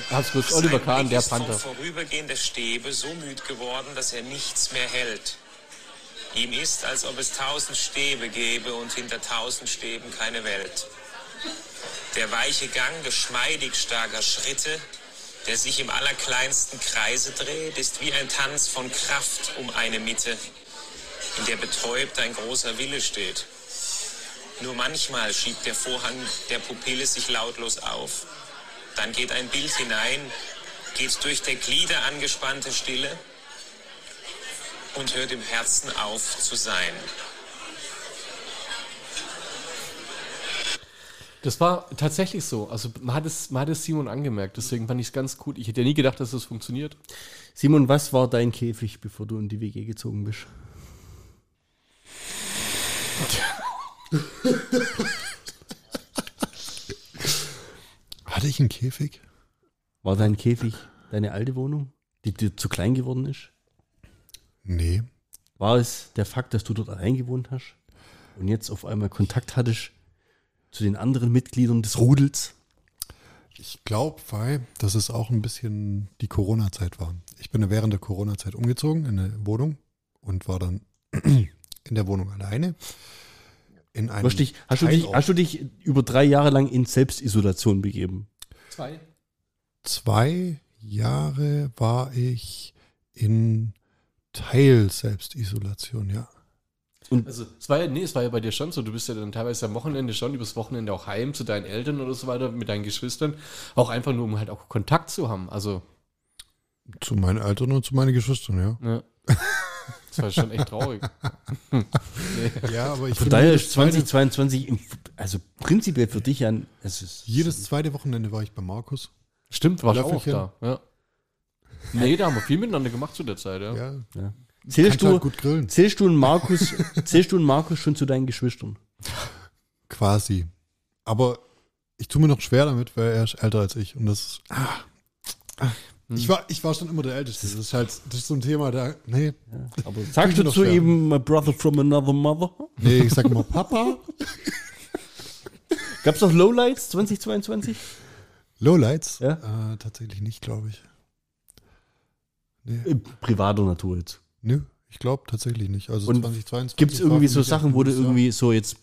S1: Hab's kurz, Oliver Kahn, der
S7: ist
S1: Panther.
S7: Vom Vorübergehen der Stäbe so müd geworden, dass er nichts mehr hält. Ihm ist, als ob es tausend Stäbe gäbe und hinter tausend Stäben keine Welt. Der weiche Gang geschmeidig starker Schritte, der sich im allerkleinsten Kreise dreht, ist wie ein Tanz von Kraft um eine Mitte, in der betäubt ein großer Wille steht. Nur manchmal schiebt der Vorhang der Pupille sich lautlos auf. Dann geht ein Bild hinein, geht durch der Glieder angespannte Stille und hört im Herzen auf zu sein.
S1: Das war tatsächlich so. Also man hat es, man hat es Simon angemerkt, deswegen fand ich es ganz cool. Ich hätte ja nie gedacht, dass das funktioniert.
S4: Simon, was war dein Käfig, bevor du in die WG gezogen bist?
S2: Hatte ich einen Käfig?
S4: War dein Käfig deine alte Wohnung, die dir zu klein geworden ist?
S2: Nee.
S4: War es der Fakt, dass du dort allein gewohnt hast und jetzt auf einmal Kontakt hattest zu den anderen Mitgliedern des Rudels?
S2: Ich glaube, weil das ist auch ein bisschen die Corona-Zeit war. Ich bin während der Corona-Zeit umgezogen in eine Wohnung und war dann (clears throat) in der Wohnung alleine. In einem
S4: Hast du, dich, hast, du dich,
S2: Teilort.
S4: hast du dich über drei Jahre lang in Selbstisolation begeben?
S1: Zwei.
S2: zwei Jahre war ich in Teil-Selbstisolation, ja.
S1: Also es war ja, nee, es war ja bei dir schon so. Du bist ja dann teilweise am Wochenende schon, übers Wochenende auch heim zu deinen Eltern oder so weiter, mit deinen Geschwistern. Auch einfach nur, um halt auch Kontakt zu haben. Also,
S2: Zu meinen Eltern und zu meinen Geschwistern, ja.
S1: ne. Das war schon echt traurig.
S2: Ja, aber ich
S4: Von daher ist 2022, im, also prinzipiell für dich ein. Es ist,
S2: jedes zweite Wochenende war ich bei Markus.
S1: (laughs) Stimmt, war ich auch
S2: Löffelchen.
S1: da. Ja. Nee, da haben wir viel miteinander gemacht zu der Zeit, ja.
S2: Ja,
S4: zählst,
S2: kannst
S4: du,
S2: halt gut grillen.
S4: zählst, du einen Markus, (laughs) zählst du einen Markus schon zu deinen Geschwistern?
S2: Quasi. Aber ich tue mir noch schwer damit, weil er ist älter als ich. Und das ist. Ah, ah. Ich, war, ich war schon immer der Älteste. Das ist halt das ist so ein Thema, da.
S4: (laughs)
S2: Nee.
S4: Aber sagst du
S2: noch
S4: zu
S2: schwer.
S4: ihm, my brother from another mother?
S2: Nee, ich sag immer Papa.
S4: Gab es noch Lowlights 2022?
S2: Lowlights?
S4: Ja.
S2: Äh, tatsächlich nicht, glaube ich.
S4: Äh, Privater Natur jetzt.
S2: Nö, ich glaube tatsächlich nicht. Also
S4: Und
S2: 2022.
S4: Gibt es
S2: war
S4: irgendwie
S2: für
S4: so
S2: mich
S4: Sachen,
S2: ein
S4: wo du
S2: gutes Jahr.
S4: irgendwie so jetzt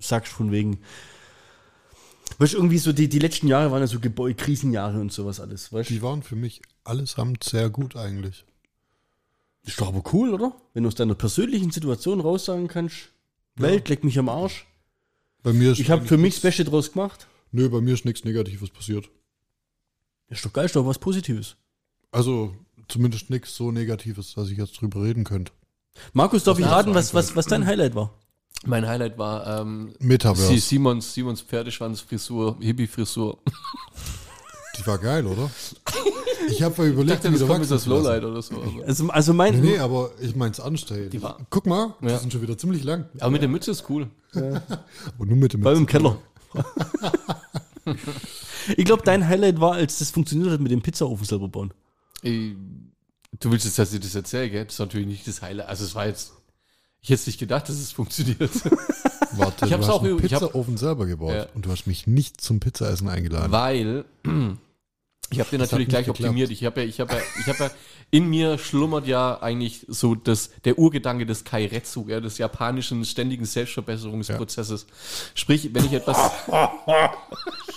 S4: sagst von wegen, weißt du, irgendwie so die, die letzten Jahre waren ja so Gebäu Krisenjahre und sowas alles, weißt du?
S2: Die waren für mich allesamt sehr gut eigentlich.
S4: Ist doch aber cool, oder? Wenn du aus deiner persönlichen Situation raussagen kannst, Welt, leck mich am Arsch.
S2: Bei mir ist
S4: Ich habe für mich das Beste draus gemacht.
S2: Nö, bei mir ist nichts Negatives passiert.
S4: Ist doch geil, ist doch was Positives.
S2: Also zumindest nichts so Negatives, dass ich jetzt drüber reden könnte.
S4: Markus, darf ich
S2: darfst
S4: raten,
S2: du
S4: was, was, was dein Highlight war?
S1: Mein Highlight war ähm,
S2: Metaverse.
S1: Sie- Simons, Simons Pferdeschwanz-Frisur, Hippie-Frisur.
S2: Die war geil, oder? Ich habe überlegt,
S1: dachte, das
S2: wieder
S1: kommt jetzt
S2: wachsen
S1: das
S2: zu lassen.
S1: Lowlight oder so. (laughs) Aber,
S4: Also, also mein.
S2: Nee, aber ich mein's anstrengend.
S1: Die war-
S2: Guck mal, die
S1: Ja.
S2: sind schon wieder ziemlich lang.
S1: aber mit der Mütze ist cool.
S2: Und nur mit dem
S4: Bei mir
S1: (laughs)
S4: im (laughs) Keller. ich glaube, dein Highlight war, als das funktioniert hat mit dem Pizzaofen selber bauen.
S1: Äh, Du willst jetzt, dass ich das erzähle, gell? Das ist natürlich nicht das Highlight. Also es war jetzt, ich hätte es nicht gedacht, dass es
S2: (laughs)
S1: funktioniert.
S2: Warte,
S1: Ich hab's
S2: du hast
S1: auch
S2: einen
S1: über- ich hab-
S2: Pizzaofen selber gebaut
S1: Ja.
S2: und du hast mich nicht zum Pizzaessen eingeladen.
S1: Weil ich habe den
S2: Das hat
S1: natürlich
S2: nicht
S1: gleich
S2: geklappt.
S1: optimiert. Ich habe ja, ich habe ja, ich habe ja, in mir schlummert ja eigentlich so das, der Urgedanke des Kairetsu, ja, des japanischen ständigen Selbstverbesserungsprozesses. Sprich, wenn ich
S2: (laughs)
S1: etwas,
S4: (laughs)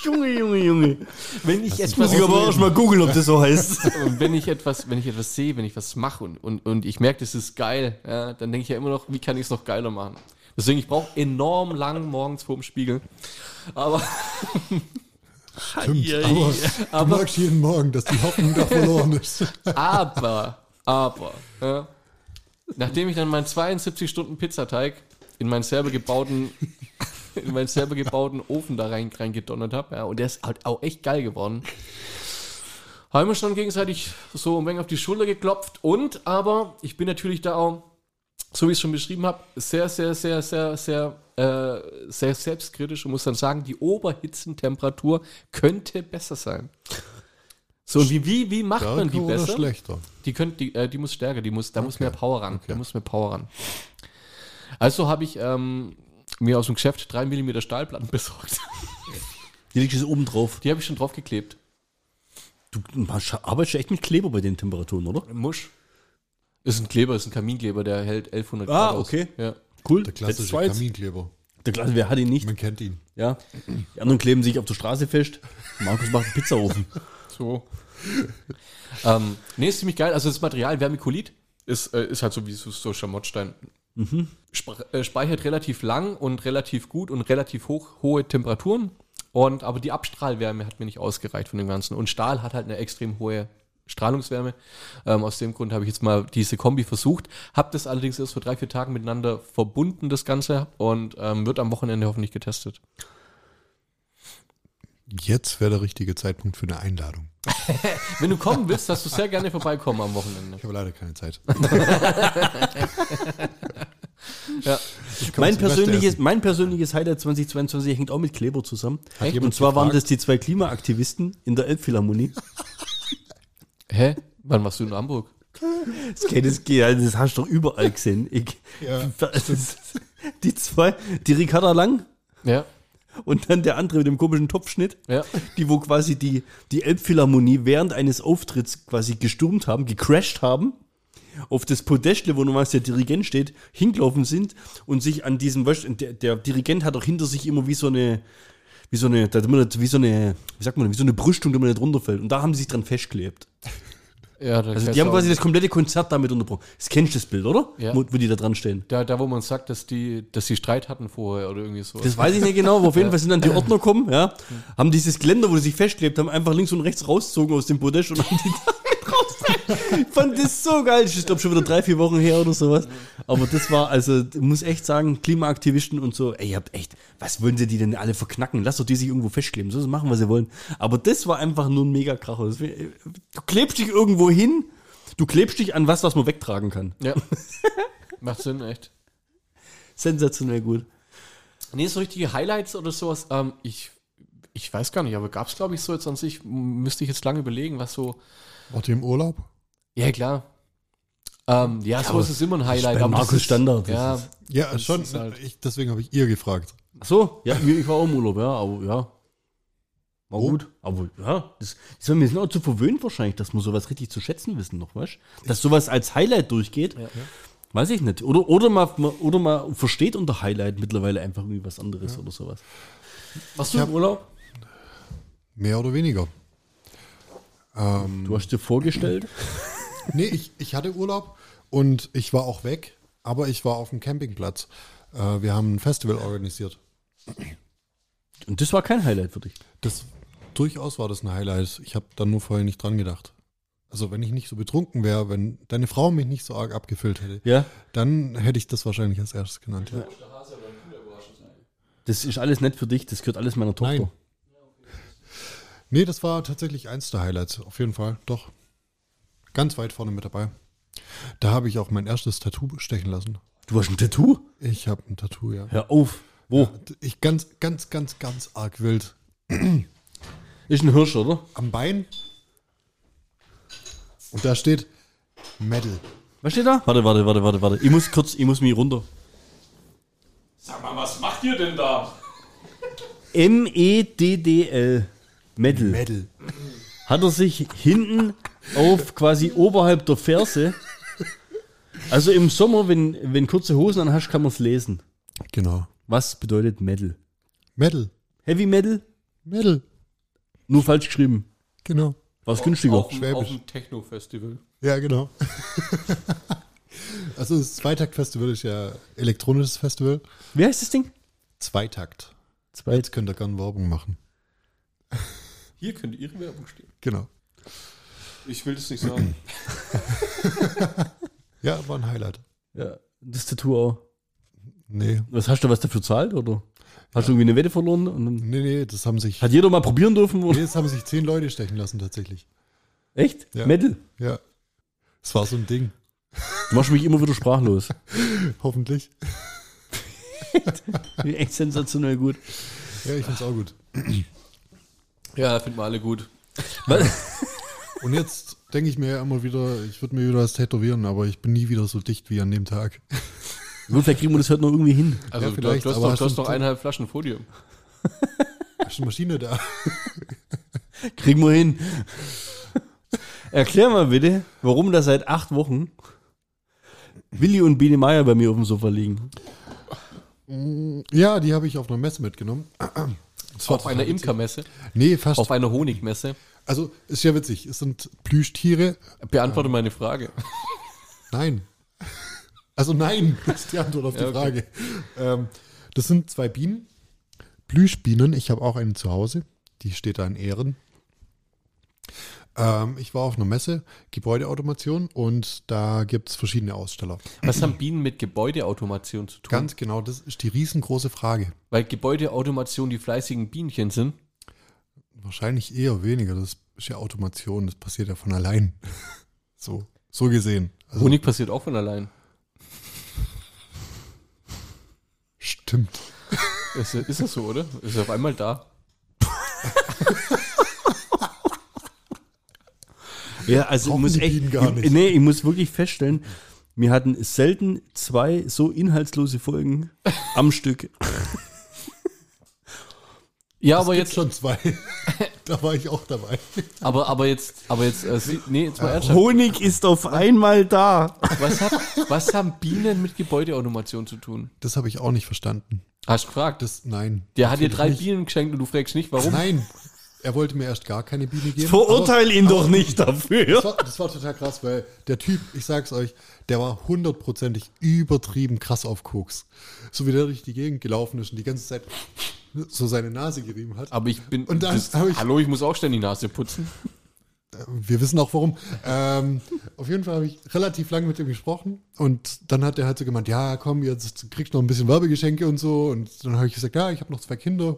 S4: Junge, Junge, Junge.
S1: wenn ich
S4: Muss ich aber erst mal googeln, ob das so
S1: (laughs)
S4: heißt.
S1: Und wenn ich etwas, wenn ich etwas sehe, wenn ich was mache und, und, und ich merke, das ist geil, ja, dann denke ich ja immer noch, wie kann ich es noch geiler machen? Deswegen, ich brauche enorm lang morgens vorm Spiegel. Aber,
S2: Stimmt, aber du
S1: aber-
S2: merkst jeden Morgen, dass die Hoffnung da
S1: (laughs)
S2: verloren ist.
S1: aber, aber, ja, nachdem ich dann meinen 72 Stunden Pizzateig in meinen selber gebauten, in meinen selber gebauten Ofen da rein, rein gedonnert habe, ja, und der ist halt auch echt geil geworden, haben wir schon gegenseitig so ein wenig auf die Schulter geklopft und, aber ich bin natürlich da auch so wie ich es schon beschrieben habe, sehr, sehr, sehr, sehr, sehr, äh, sehr selbstkritisch und muss dann sagen, die Oberhitzentemperatur könnte besser sein. So, und wie, wie, wie macht man die
S2: Stärker oder
S1: besser?
S2: schlechter?
S1: Die, könnt, die, äh, die muss stärker, die muss, da muss mehr Power ran. Da
S2: okay.
S1: muss mehr Power ran. Also habe ich ähm, mir aus dem Geschäft 3 mm Stahlplatten (laughs) besorgt.
S4: Die liegt jetzt oben drauf.
S1: Die habe ich schon draufgeklebt.
S4: Du arbeitest ja echt mit Kleber bei den Temperaturen, oder?
S1: Musch. Ist ein Kleber, ist ein Kaminkleber, der hält 1100
S4: Ah,
S1: aus.
S4: okay.
S1: Ja.
S4: Cool.
S2: Der klassische
S4: war jetzt-
S2: Kaminkleber.
S4: Der Klasse, wer hat ihn nicht?
S2: Man kennt ihn.
S4: Ja. Die anderen kleben sich auf der Straße fest. Markus macht einen Pizzaofen.
S1: So. ähm, nee, ist ziemlich geil. Also das Material Vermikulit ist, äh, ist halt so wie so, so Schamottstein. Spre- äh, speichert relativ lang und relativ gut und relativ hoch, hohe Temperaturen. Und, aber die Abstrahlwärme hat mir nicht ausgereicht von dem Ganzen. Und Stahl hat halt eine extrem hohe Strahlungswärme. Ähm, aus dem Grund habe ich jetzt mal diese Kombi versucht. Habe das allerdings erst vor drei, vier Tagen miteinander verbunden, das Ganze. Und ähm, wird am Wochenende hoffentlich getestet.
S2: Jetzt wäre der richtige Zeitpunkt für eine Einladung.
S1: Wenn du kommen willst, darfst du sehr gerne vorbeikommen am Wochenende.
S2: Ich habe leider keine Zeit.
S1: (laughs) Ja.
S2: Ich komm
S4: Mein
S2: zum Beste
S4: persönliches,
S2: essen.
S4: mein persönliches Highlight 2022 hängt auch mit Kleber zusammen.
S1: Echt?
S4: Und zwar waren das
S2: gefragt?
S4: die zwei Klimaaktivisten in der Elbphilharmonie.
S1: Hä? Wann warst du in Hamburg?
S4: Das, geht, das, geht, also das hast du doch überall gesehen. Ich,
S2: Ja,
S4: (laughs) das, die zwei, die Ricarda Lang
S1: Ja,
S4: und dann der andere mit dem komischen Topfschnitt,
S1: ja.
S4: die wo quasi die, die Elbphilharmonie während eines Auftritts quasi gestürmt haben, gecrashed haben, auf das Podestle, wo normalerweise der Dirigent steht, hingelaufen sind und sich an diesem, weißt, du, der, der Dirigent hat auch hinter sich immer wie so eine, wie so eine, da hat man das- wie so eine, wie sagt man, wie so eine Brüstung, die man nicht runterfällt. Und da haben sie sich dran festgelebt.
S1: ja da
S4: Also
S1: kannst
S4: die haben
S1: du
S4: quasi
S1: auch-
S4: das komplette Konzert damit unterbrochen. Das kennst du das Bild, oder?
S1: Ja.
S4: Wo, wo die da dran stehen.
S1: da, da, wo man sagt, dass die, dass die Streit hatten vorher oder irgendwie so.
S4: Das weiß ich nicht genau, aber auf jeden Fall sind dann die Ordner kommen, ja, haben dieses Geländer, wo sie sich festklebt haben, einfach links und rechts rausgezogen aus dem Podest und haben die (laughs) damit rausgezogen. Ich fand das so geil. Ich glaube schon wieder drei, vier Wochen her oder sowas. Aber das war, also, ich muss echt sagen, Klimaaktivisten und so, ey, ihr habt echt, was wollen sie die denn alle verknacken? Lasst doch die sich irgendwo festkleben, so sie machen, was sie wollen. Aber das war einfach nur ein Megakracher. Das- Du klebst dich irgendwo hin, du klebst dich an was, was man wegtragen kann.
S1: Ja. (laughs) Macht Sinn, echt.
S4: Sensationell gut.
S1: Nee, so richtige Highlights oder sowas, ähm, ich, ich weiß gar nicht, aber gab es, glaube ich, so jetzt an sich, m- müsste ich jetzt lange überlegen, was so.
S2: Wart ihr im Urlaub?
S1: Ja, klar. Ähm, ja, so ist es immer ein Highlight.
S4: bei
S1: aber das
S4: Markus
S1: ist-
S4: Standard, das
S1: Ja,
S4: ist-
S2: Ja, schon.
S1: ist halt-
S2: Ich, deswegen habe ich ihr gefragt.
S4: Ach so, ja, mir- ich war auch im Urlaub, ja, aber ja. War gut. Aber ja, das, das war mir jetzt noch zu verwöhnt wahrscheinlich, dass wir sowas richtig zu schätzen wissen noch, weißt du? Dass sowas als Highlight durchgeht, weiß ich nicht. Oder, oder, man, oder man versteht unter Highlight mittlerweile einfach irgendwie was anderes oder sowas.
S1: warst du im Urlaub?
S2: Mehr oder weniger.
S4: Du hast dir vorgestellt,
S2: Nee, ich, ich hatte Urlaub und ich war auch weg, aber ich war auf dem Campingplatz. Äh, wir haben ein Festival organisiert.
S4: und das war kein Highlight für dich.
S2: Das durchaus war das ein Highlight. Ich habe dann nur vorher nicht dran gedacht. Also wenn ich nicht so betrunken wäre, wenn deine Frau mich nicht so arg abgefüllt hätte,
S4: Ja.
S2: dann hätte ich das wahrscheinlich als erstes genannt. Ja.
S4: Das ist alles nicht für dich, das gehört alles meiner Tochter.
S2: Nein. Nee, das war tatsächlich eins der Highlights. Auf jeden Fall, doch. Ganz weit vorne mit dabei. Da habe ich auch mein erstes Tattoo stechen lassen.
S4: Du hast ein Tattoo?
S2: Ich habe ein Tattoo, ja.
S4: Hör auf. Wo?
S2: Ich ganz, ganz, ganz, ganz arg wild.
S4: Ist ein Hirsch, oder?
S2: Am Bein. Und da steht Metal.
S4: Was steht da? Warte, warte, warte, warte, warte. Ich muss kurz, ich muss mich runter.
S5: Sag mal, was macht ihr denn da?
S4: E M-E-D-D-L. Metal.
S2: Metal.
S4: Hat er sich hinten auf quasi oberhalb der Ferse. Also im Sommer, wenn, wenn kurze Hosen an hast, kann man es lesen.
S2: Genau.
S4: Was bedeutet Metal?
S2: Metal.
S4: Heavy Metal?
S2: Metal.
S4: Nur falsch geschrieben.
S2: Genau.
S4: War es günstiger.
S1: Auf, dem-
S2: Schwäbisch.
S1: auf dem Techno-Festival.
S2: Ja, genau. (laughs) also das Zweitakt-Festival ist ja elektronisches Festival.
S4: Wie heißt das Ding?
S2: Zweitakt.
S4: Zweit.
S2: Jetzt könnt ihr gerne Werbung machen.
S1: Hier könnte ihre Werbung stehen.
S2: Genau.
S1: Ich will das nicht sagen.
S2: Ja, war ein Highlight.
S4: Ja, das Tattoo auch.
S2: Nee.
S4: Was hast du was dafür zahlt oder? Hast du irgendwie eine Wette verloren? Und dann
S2: Nee, nee, das haben sich.
S4: hat jeder mal probieren dürfen?
S2: Nee,
S4: Oder?
S2: das haben sich zehn Leute stechen lassen tatsächlich.
S4: Echt?
S2: Ja.
S4: Metal?
S2: Ja. Es war so ein Ding.
S4: Du machst mich immer wieder sprachlos.
S2: Hoffentlich.
S4: (laughs) Echt sensationell gut.
S2: Ja, ich find's auch gut.
S1: ja, finden wir alle gut.
S4: Was?
S2: Und jetzt denke ich mir ja immer wieder, ich würde mir wieder was tätowieren, aber ich bin nie wieder so dicht wie an
S1: (laughs)
S2: dem Tag.
S4: Gut, vielleicht kriegen wir das heute noch irgendwie hin.
S1: Also, du,
S2: vielleicht,
S1: du hast
S2: aber
S1: doch,
S2: hast
S1: du hast
S2: du-
S1: doch eineinhalb Flaschen Podium.
S2: Ist eine Maschine da?
S4: Kriegen wir hin. Erklär mal bitte, warum da seit acht Wochen Willi und Biene Meier bei mir auf dem Sofa liegen.
S2: Ja, die habe ich auf einer Messe mitgenommen. Das war
S1: Auf einer Imkermesse,
S2: Nee, fast.
S1: auf einer Honigmesse.
S2: also, ist ja witzig. Es sind Plüschtiere.
S1: Beantworte meine Frage.
S2: Nein. Also nein, (laughs) das ist die Antwort auf die
S1: Ja, okay.
S2: Frage. Ähm, das sind zwei Bienen. Plüschbienen. Ich habe auch eine zu Hause. Die steht da in Ehren. Ähm, ich war auf einer Messe, Gebäudeautomation, und da gibt es verschiedene Aussteller.
S1: Was haben Bienen mit Gebäudeautomation zu tun?
S2: Ganz genau, das ist die riesengroße Frage.
S1: Weil Gebäudeautomation die fleißigen Bienchen sind.
S2: Wahrscheinlich eher weniger. Das ist ja Automation, das passiert ja von allein. (laughs) so, so gesehen. Also,
S1: Honig passiert auch von allein.
S2: Stimmt.
S1: Ist, ist das so, oder? Ist auf einmal da.
S4: Ja, also ich
S2: Brauchen
S4: muss
S2: die
S4: echt,
S2: Bienen gar
S4: ich,
S2: nicht.
S4: nee, ich muss wirklich feststellen, wir hatten selten zwei so inhaltslose Folgen am Stück.
S1: Ja, aber
S2: Gibt
S1: jetzt,
S2: schon zwei. (laughs) da war ich auch dabei.
S1: aber, aber jetzt, aber jetzt, äh, sie- nee, jetzt mal ernsthaft.
S4: Honig ist auf einmal da.
S1: Was, hat, was haben Bienen mit Gebäudeautomation zu tun?
S2: Das habe ich auch nicht verstanden.
S1: Hast du gefragt?
S2: Das, nein.
S1: Der hat dir
S2: Natürlich
S1: drei
S2: nicht.
S1: Bienen geschenkt und du fragst nicht, warum.
S2: Nein. Er wollte mir erst gar keine Biene geben.
S4: Verurteil ihn doch nicht dafür.
S2: Das war, das war total krass, weil der Typ, ich sag's euch, der war hundertprozentig übertrieben krass auf Koks. So wie der durch die Gegend gelaufen ist und die ganze Zeit so seine Nase gerieben hat.
S1: Aber ich bin.
S2: Und dann
S1: das,
S2: hab ich-
S1: hallo, ich muss auch ständig die Nase putzen.
S2: Wir wissen auch warum. Ähm, auf jeden Fall habe ich relativ lange mit ihm gesprochen und dann hat er halt so gemeint, ja, komm, jetzt kriegst du noch ein bisschen Werbegeschenke und so. Und dann habe ich gesagt, ja, ich habe noch zwei Kinder.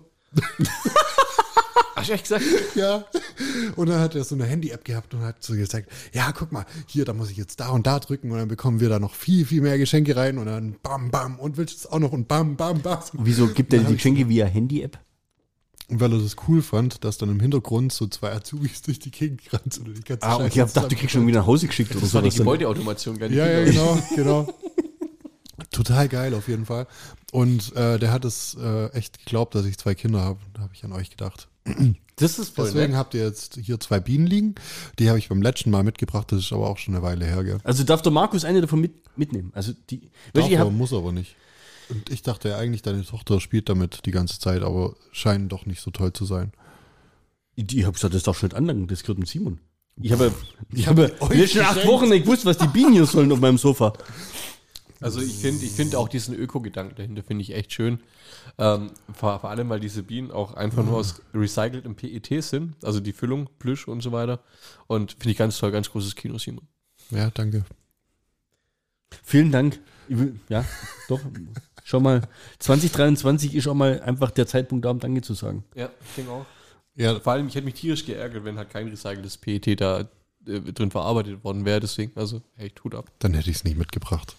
S1: Hast du echt gesagt?
S2: Ja. (laughs) Und dann hat er so eine Handy-App gehabt und hat so gesagt, ja, guck mal, hier, da muss ich jetzt da und da drücken und dann bekommen wir da noch viel, viel mehr Geschenke rein und dann bam, bam und willst du es auch noch und bam, bam, bam.
S4: Wieso gibt er die Geschenke via Handy-App?
S2: Und weil er das cool fand, dass dann im Hintergrund so zwei Azubis durch die Gegend gerannt sind und die ganze
S4: Ah, und ich hab gedacht, du kriegst schon wieder nach Hause geschickt oder
S1: Das war die
S4: sowas.
S1: Gebäudeautomation, gar nicht.
S2: Ja, ja,
S1: Bienen.
S2: genau, genau. (laughs) Total geil auf jeden Fall. Und äh, der hat es äh, echt geglaubt, dass ich zwei Kinder habe. Da habe ich an euch gedacht.
S1: Das ist voll
S2: Deswegen
S1: nett.
S2: habt ihr jetzt hier zwei Bienen liegen. Die habe ich beim letzten Mal mitgebracht. Das ist aber auch schon eine Weile her, gell?
S4: Also darf der Markus eine davon mit, mitnehmen. Also die, Weißt du, ich
S2: Darf
S4: hab-
S2: aber, muss aber nicht. Und ich dachte ja eigentlich, deine Tochter spielt damit die ganze Zeit, aber scheinen doch nicht so toll zu sein.
S4: Ich habe gesagt, das darfst du nicht anlangen, das gehört dem Simon. Ich habe, (laughs) ich habe
S2: euch
S4: die letzten acht
S2: geschenkt.
S4: Wochen nicht gewusst, was die Bienen hier sollen auf meinem Sofa.
S1: Also ich finde ich find auch diesen Öko-Gedanken dahinter, finde ich echt schön. Ähm, vor, vor allem, weil diese Bienen auch einfach nur aus recyceltem PET sind, also die Füllung, Plüsch und so weiter. Und finde ich ganz toll, ganz großes Kino, Simon.
S2: Ja, danke.
S4: Vielen Dank. Ich will- Ja, doch. Schau mal, 2023 ist auch mal einfach der Zeitpunkt da, um Danke zu sagen.
S1: Ja, ich denke auch.
S2: Ja,
S1: Also Vor allem, ich hätte mich tierisch geärgert, wenn halt kein recyceltes PET da äh, drin verarbeitet worden wäre. Deswegen, also, hey, tut ab.
S2: dann hätte ich es nicht mitgebracht.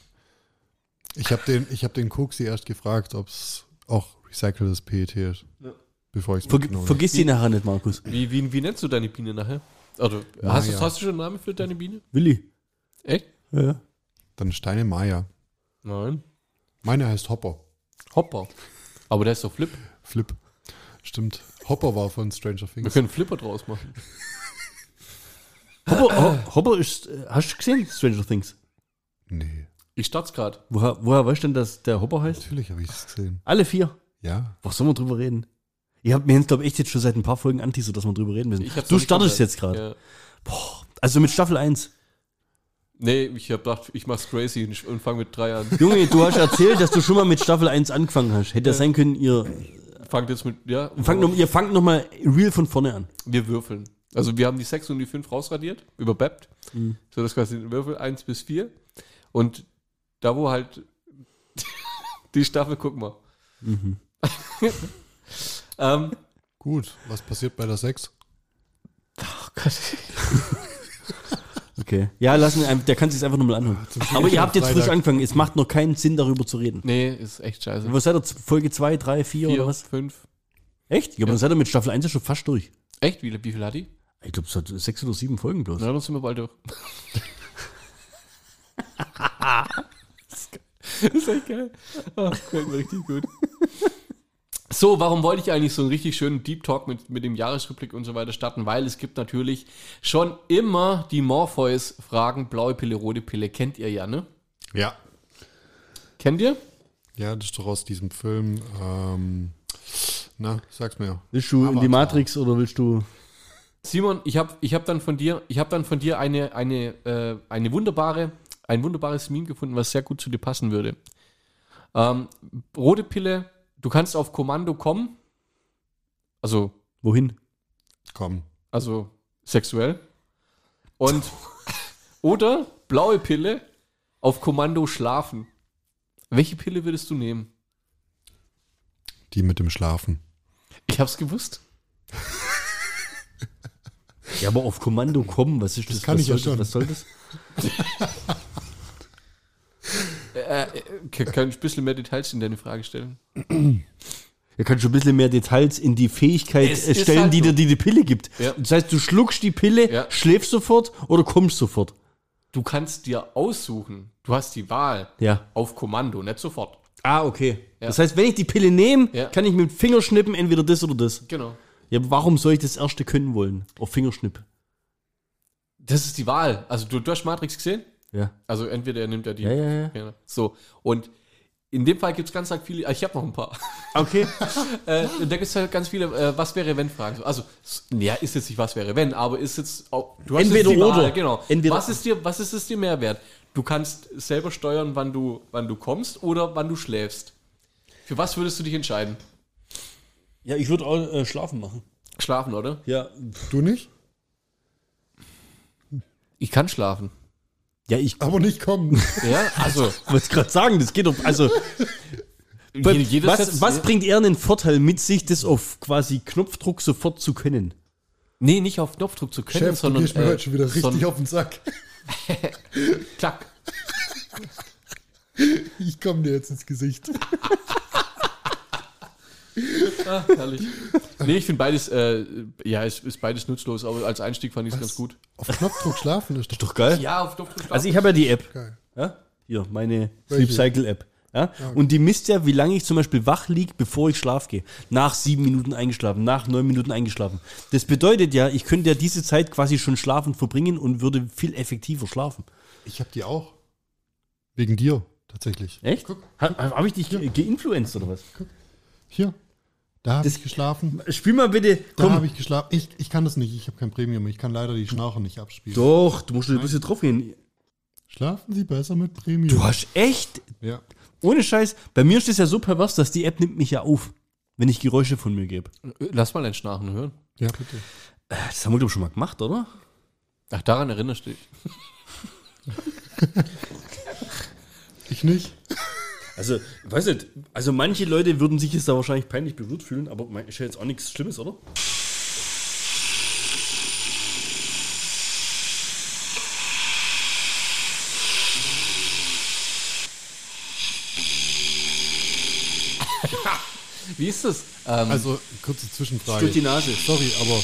S2: Ich habe den, ich hab den Koksi erst gefragt, ob es auch recyceltes PET ist, bevor ich es
S4: Ver
S2: mitgenommen habe.
S4: Vergiss die nachher nicht, Markus.
S1: Wie, wie, wie nennst du deine Biene nachher? Also, hast, du-
S2: ja.
S1: hast du schon einen Namen für deine Biene?
S4: Willi.
S1: Echt?
S4: Ja.
S2: Dann Steine Maya.
S1: Nein.
S2: Meine heißt Hopper.
S1: Hopper. Aber der ist doch Flip.
S2: Flip. Stimmt. Hopper war von Stranger
S1: Wir
S2: Things.
S1: können Flipper draus machen.
S4: Hopper, Ho- Hopper ist, äh, hast du gesehen, Stranger Things?
S2: Nee,
S1: Ich start's gerade.
S4: Woher, woher weißt du denn, dass der Hopper heißt?
S2: natürlich habe ich es gesehen.
S4: Alle vier.
S2: Ja.
S4: Was sollen wir drüber reden? Ihr habt mir jetzt, glaube ich, echt jetzt schon seit ein paar Folgen anti, so dass wir drüber reden müssen.
S1: Ich hab's
S4: Du
S1: noch nicht
S4: startest
S1: komplett.
S4: jetzt gerade.
S1: Ja.
S4: Also mit Staffel 1.
S1: Nee, ich hab gedacht, ich mach's crazy und, und fang mit drei
S4: (laughs)
S1: an.
S4: Junge, du hast erzählt, dass du schon mal mit Staffel 1 angefangen hast. Hätte ja sein können, ihr
S1: Fangt jetzt mit, ja.
S4: fangt, noch, ihr fangt noch mal real von vorne an.
S1: Wir würfeln. Also wir haben die 6 und die 5 rausradiert, überbeppt.
S4: Mhm.
S1: So, das quasi sind Würfel 1 bis 4. Und da, wo halt (laughs) die Staffel, guck mal.
S4: Mhm.
S1: (laughs)
S4: (laughs)
S1: ähm,
S2: Gut. Was passiert bei der 6?
S4: Okay. Ja, lass ihn, ein- der kann sich einfach nochmal anhören. Aber ihr habt jetzt frisch
S2: Freitag.
S4: angefangen. Es macht noch keinen Sinn, darüber zu reden.
S1: nee, ist echt scheiße.
S4: Was seid ihr? Folge 2, 3, 4 oder
S1: 4,
S4: was?
S1: 5.
S4: Echt? Ja, aber dann seid ihr mit Staffel 1 ja schon fast durch.
S1: Echt? Wie, wie viel hat die?
S4: Ich glaube, es hat sechs oder sieben Folgen bloß.
S1: Na, dann sind wir bald durch. (laughs) das ist echt geil. Ah, gefällt mir richtig gut. So, warum wollte ich eigentlich so einen richtig schönen Deep Talk mit, mit dem Jahresrückblick und so weiter starten? Weil es gibt natürlich schon immer die Morpheus-Fragen. Blaue Pille, rote Pille. Kennt ihr ja, ne?
S2: Ja.
S1: Kennt ihr?
S2: Ja, das ist doch aus diesem Film. Ähm, na, sag's mir.
S4: Willst du in die
S2: Avatar.
S4: Matrix oder willst du.
S1: Simon, ich habe ich hab dann von dir, ich hab dann von dir eine, eine, äh, eine wunderbare, ein wunderbares Meme gefunden, was sehr gut zu dir passen würde. Ähm, rote Pille, du kannst auf Kommando kommen. Also,
S4: Wohin?
S2: Komm.
S1: also sexuell. (laughs) Und oder blaue Pille auf Kommando schlafen. Welche Pille würdest du nehmen?
S2: Die mit dem Schlafen.
S1: Ich hab's gewusst.
S4: Ja, aber auf Kommando kommen, was ist das?
S2: kann
S4: was
S2: ich ja
S4: soll das?
S2: schon.
S4: Was soll das?
S1: Ke- Kann ich ein bisschen mehr Details in deine Frage stellen?
S4: Er kann schon ein bisschen mehr Details in die Fähigkeit
S1: Es
S4: äh,
S1: ist
S4: stellen,
S1: halt
S4: die
S1: so.
S4: dir die, die Pille gibt.
S1: Ja.
S4: Das heißt, du schluckst die Pille,
S1: Ja.
S4: schläfst sofort oder kommst sofort.
S1: Du kannst dir aussuchen. Du hast die Wahl.
S4: Ja.
S1: Auf Kommando, nicht sofort.
S4: Ah, okay. Das heißt, wenn ich die Pille nehme,
S1: Ja.
S4: kann ich mit dem Fingerschnippen entweder das oder das.
S1: Genau.
S4: Ja, aber warum soll ich das erste können wollen? Auf Fingerschnipp.
S1: Das ist die Wahl. Also du, du hast Matrix gesehen?
S4: Ja.
S1: Also entweder er nimmt ja die.
S4: Ja, ja, ja.
S1: So. Und in dem Fall gibt es ganz, ganz viele. Ich habe noch ein paar.
S4: Okay.
S1: Äh, da gibt es halt ganz viele äh, Was wäre wenn Fragen. Also, s- ja, ist jetzt nicht Was wäre wenn, aber ist jetzt auch. Du jetzt
S4: Entweder
S1: die Wahl,
S4: oder.
S1: Genau.
S4: Entweder-
S1: was ist dir, was ist es dir Mehrwert? Du kannst selber steuern, wann du, wann du kommst oder wann du schläfst. Für was würdest du dich entscheiden?
S4: Ja, ich würde auch äh, schlafen machen.
S1: Schlafen, oder?
S4: Ja.
S2: Du nicht?
S1: Ich kann schlafen.
S4: Ja, ich
S2: Aber nicht kommen.
S1: Ja, also
S4: wollte gerade sagen, das geht um. Also,
S1: jedes
S4: (laughs) was,
S1: Set-
S4: was bringt eher einen Vorteil mit sich, das auf quasi Knopfdruck sofort zu können?
S1: nee, nicht auf Knopfdruck zu können,
S2: (laughs) Chef, du
S1: sondern
S2: gehst mir
S1: äh,
S2: heute schon wieder richtig
S1: sondern-
S2: auf den Sack.
S1: klack.
S2: Ich komme dir jetzt ins Gesicht.
S1: Ah, herrlich. Nee, ich finde beides, äh, ja, ist, ist beides nutzlos, aber als Einstieg fand ich es ganz gut.
S2: Auf Knopfdruck schlafen ist doch
S4: Doch geil.
S1: Ja, auf Knopfdruck schlafen.
S4: Also ich habe ja die App.
S2: geil.
S4: Ja? Hier, meine
S2: Welche? Ah,
S4: Sleep Cycle App. Ja? Und die misst ja, wie lange ich zum Beispiel wach liege, bevor ich schlaf gehe. Nach sieben Minuten eingeschlafen, nach neun Minuten eingeschlafen. Das bedeutet ja, ich könnte ja diese Zeit quasi schon schlafend verbringen und würde viel effektiver schlafen.
S2: Ich habe die auch. Wegen dir, tatsächlich.
S4: Echt?
S2: Guck.
S4: Habe ich dich ge geinfluenzt oder was?
S2: Hier. Da habe
S4: Das-
S2: ich geschlafen.
S4: Spiel mal bitte.
S2: Da
S4: Komm.
S2: habe ich geschlafen. Ich, ich kann das nicht. Ich habe kein Premium. Ich kann leider die Schnauze nicht abspielen.
S4: Doch, du musst ein bisschen drauf gehen.
S2: Schlafen Sie besser mit Premium.
S4: Du hast echt,
S2: ja.
S4: ohne Scheiß, bei mir ist es ja so pervers, dass die App nimmt mich ja auf, wenn ich Geräusche von mir gebe.
S1: Lass mal dein Schnarchen hören.
S2: ja, bitte.
S4: Das haben wir doch schon mal gemacht, oder?
S1: Ach, daran erinnerst du dich. (laughs)
S2: Ich nicht.
S4: Also, weiß nicht, also manche Leute würden sich jetzt da wahrscheinlich peinlich berührt fühlen, aber mein- ist ja jetzt auch nichts Schlimmes, oder?
S1: (laughs) Wie ist das? Ähm,
S2: Also, kurze Zwischenfrage.
S4: Durch die Nase.
S2: Sorry, aber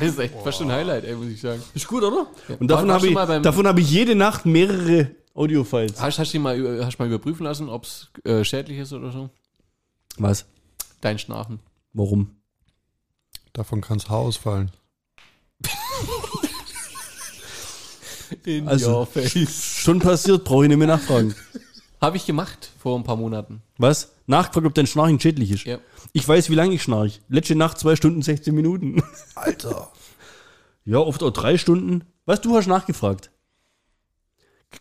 S1: das ist echt fast schon ein Highlight, ey, muss ich sagen.
S4: Ist gut, oder? Und
S1: War-
S4: davon
S1: warst
S4: habe
S1: du
S4: ich,
S1: mal beim-
S4: davon habe ich jede Nacht mehrere Audiofiles.
S1: Hast, hast du ihn mal, über- hast du mal überprüfen lassen, ob es äh, schädlich ist oder so?
S4: Was?
S1: Dein Schnarchen.
S4: Warum?
S2: davon kann das Haar ausfallen.
S1: In
S4: Also-
S1: your face.
S4: Schon passiert, brauche ich nicht
S1: (laughs)
S4: mehr nachfragen.
S1: Habe ich gemacht vor ein paar Monaten.
S4: Was? Nachgefragt, ob dein Schnarchen schädlich ist.
S1: Ja.
S4: Ich weiß, wie lange ich schnarch. Letzte Nacht zwei Stunden 16 Minuten.
S2: Alter.
S4: (laughs) Ja, oft auch drei Stunden. Was, du hast nachgefragt?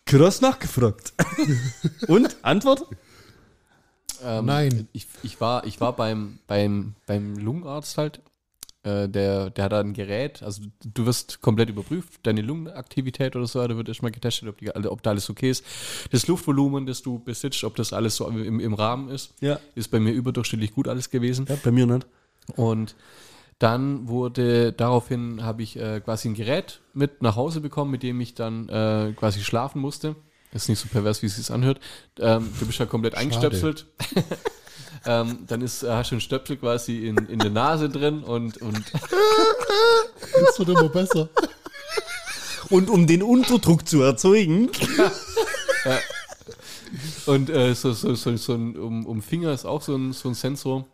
S4: Krass nachgefragt. (laughs) Und? Antwort?
S1: Ähm,
S2: Nein.
S1: Ich, ich war, ich war beim, beim, beim Lungenarzt halt. Äh, der, der hat da ein Gerät, also du wirst komplett überprüft, deine Lungenaktivität oder so, da wird erstmal getestet, ob, die, also ob da alles okay ist. Das Luftvolumen, das du besitzt, ob das alles so im, im Rahmen ist,
S4: Ja.
S1: ist bei mir überdurchschnittlich gut alles gewesen.
S4: Ja, bei mir nicht.
S1: Und dann wurde daraufhin habe ich äh, quasi ein Gerät mit nach Hause bekommen, mit dem ich dann äh, quasi schlafen musste. Ist nicht so pervers, wie es sich anhört. Ähm, du bist ja komplett eingestöpselt. (laughs) ähm, dann ist, äh, hast du einen Stöpsel quasi in, in der Nase drin und, und
S2: Das wird immer besser.
S4: Und um den Unterdruck zu erzeugen.
S1: Und äh, so, so, so, so ein um, um Finger ist auch so ein, so ein Sensor.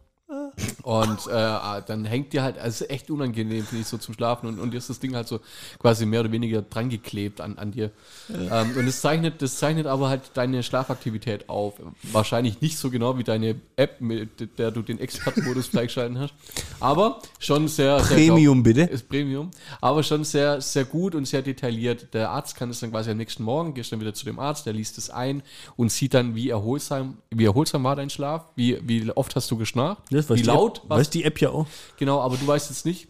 S1: Und äh, ah, dann hängt dir halt, also es ist echt unangenehm, finde ich, so zum Schlafen. Und, und dir ist das Ding halt so quasi mehr oder weniger drangeklebt an, an dir. Ähm, und es zeichnet, das zeichnet aber halt deine Schlafaktivität auf. Wahrscheinlich nicht so genau wie deine App, mit der du den
S4: (laughs)
S1: Expertenmodus freigeschalten hast. Aber schon sehr. sehr glaub-
S4: Premium, bitte.
S1: ist Premium, aber schon sehr, sehr gut und sehr detailliert. Der Arzt kann es dann quasi am nächsten Morgen, gehst dann wieder zu dem Arzt, der liest es ein und sieht dann, wie erholsam, wie erholsam war dein Schlaf, wie, wie oft hast du geschnarcht, wie
S4: die
S1: laut
S4: App,
S1: warst
S4: weiß die App ja auch.
S1: Genau, aber du weißt jetzt nicht,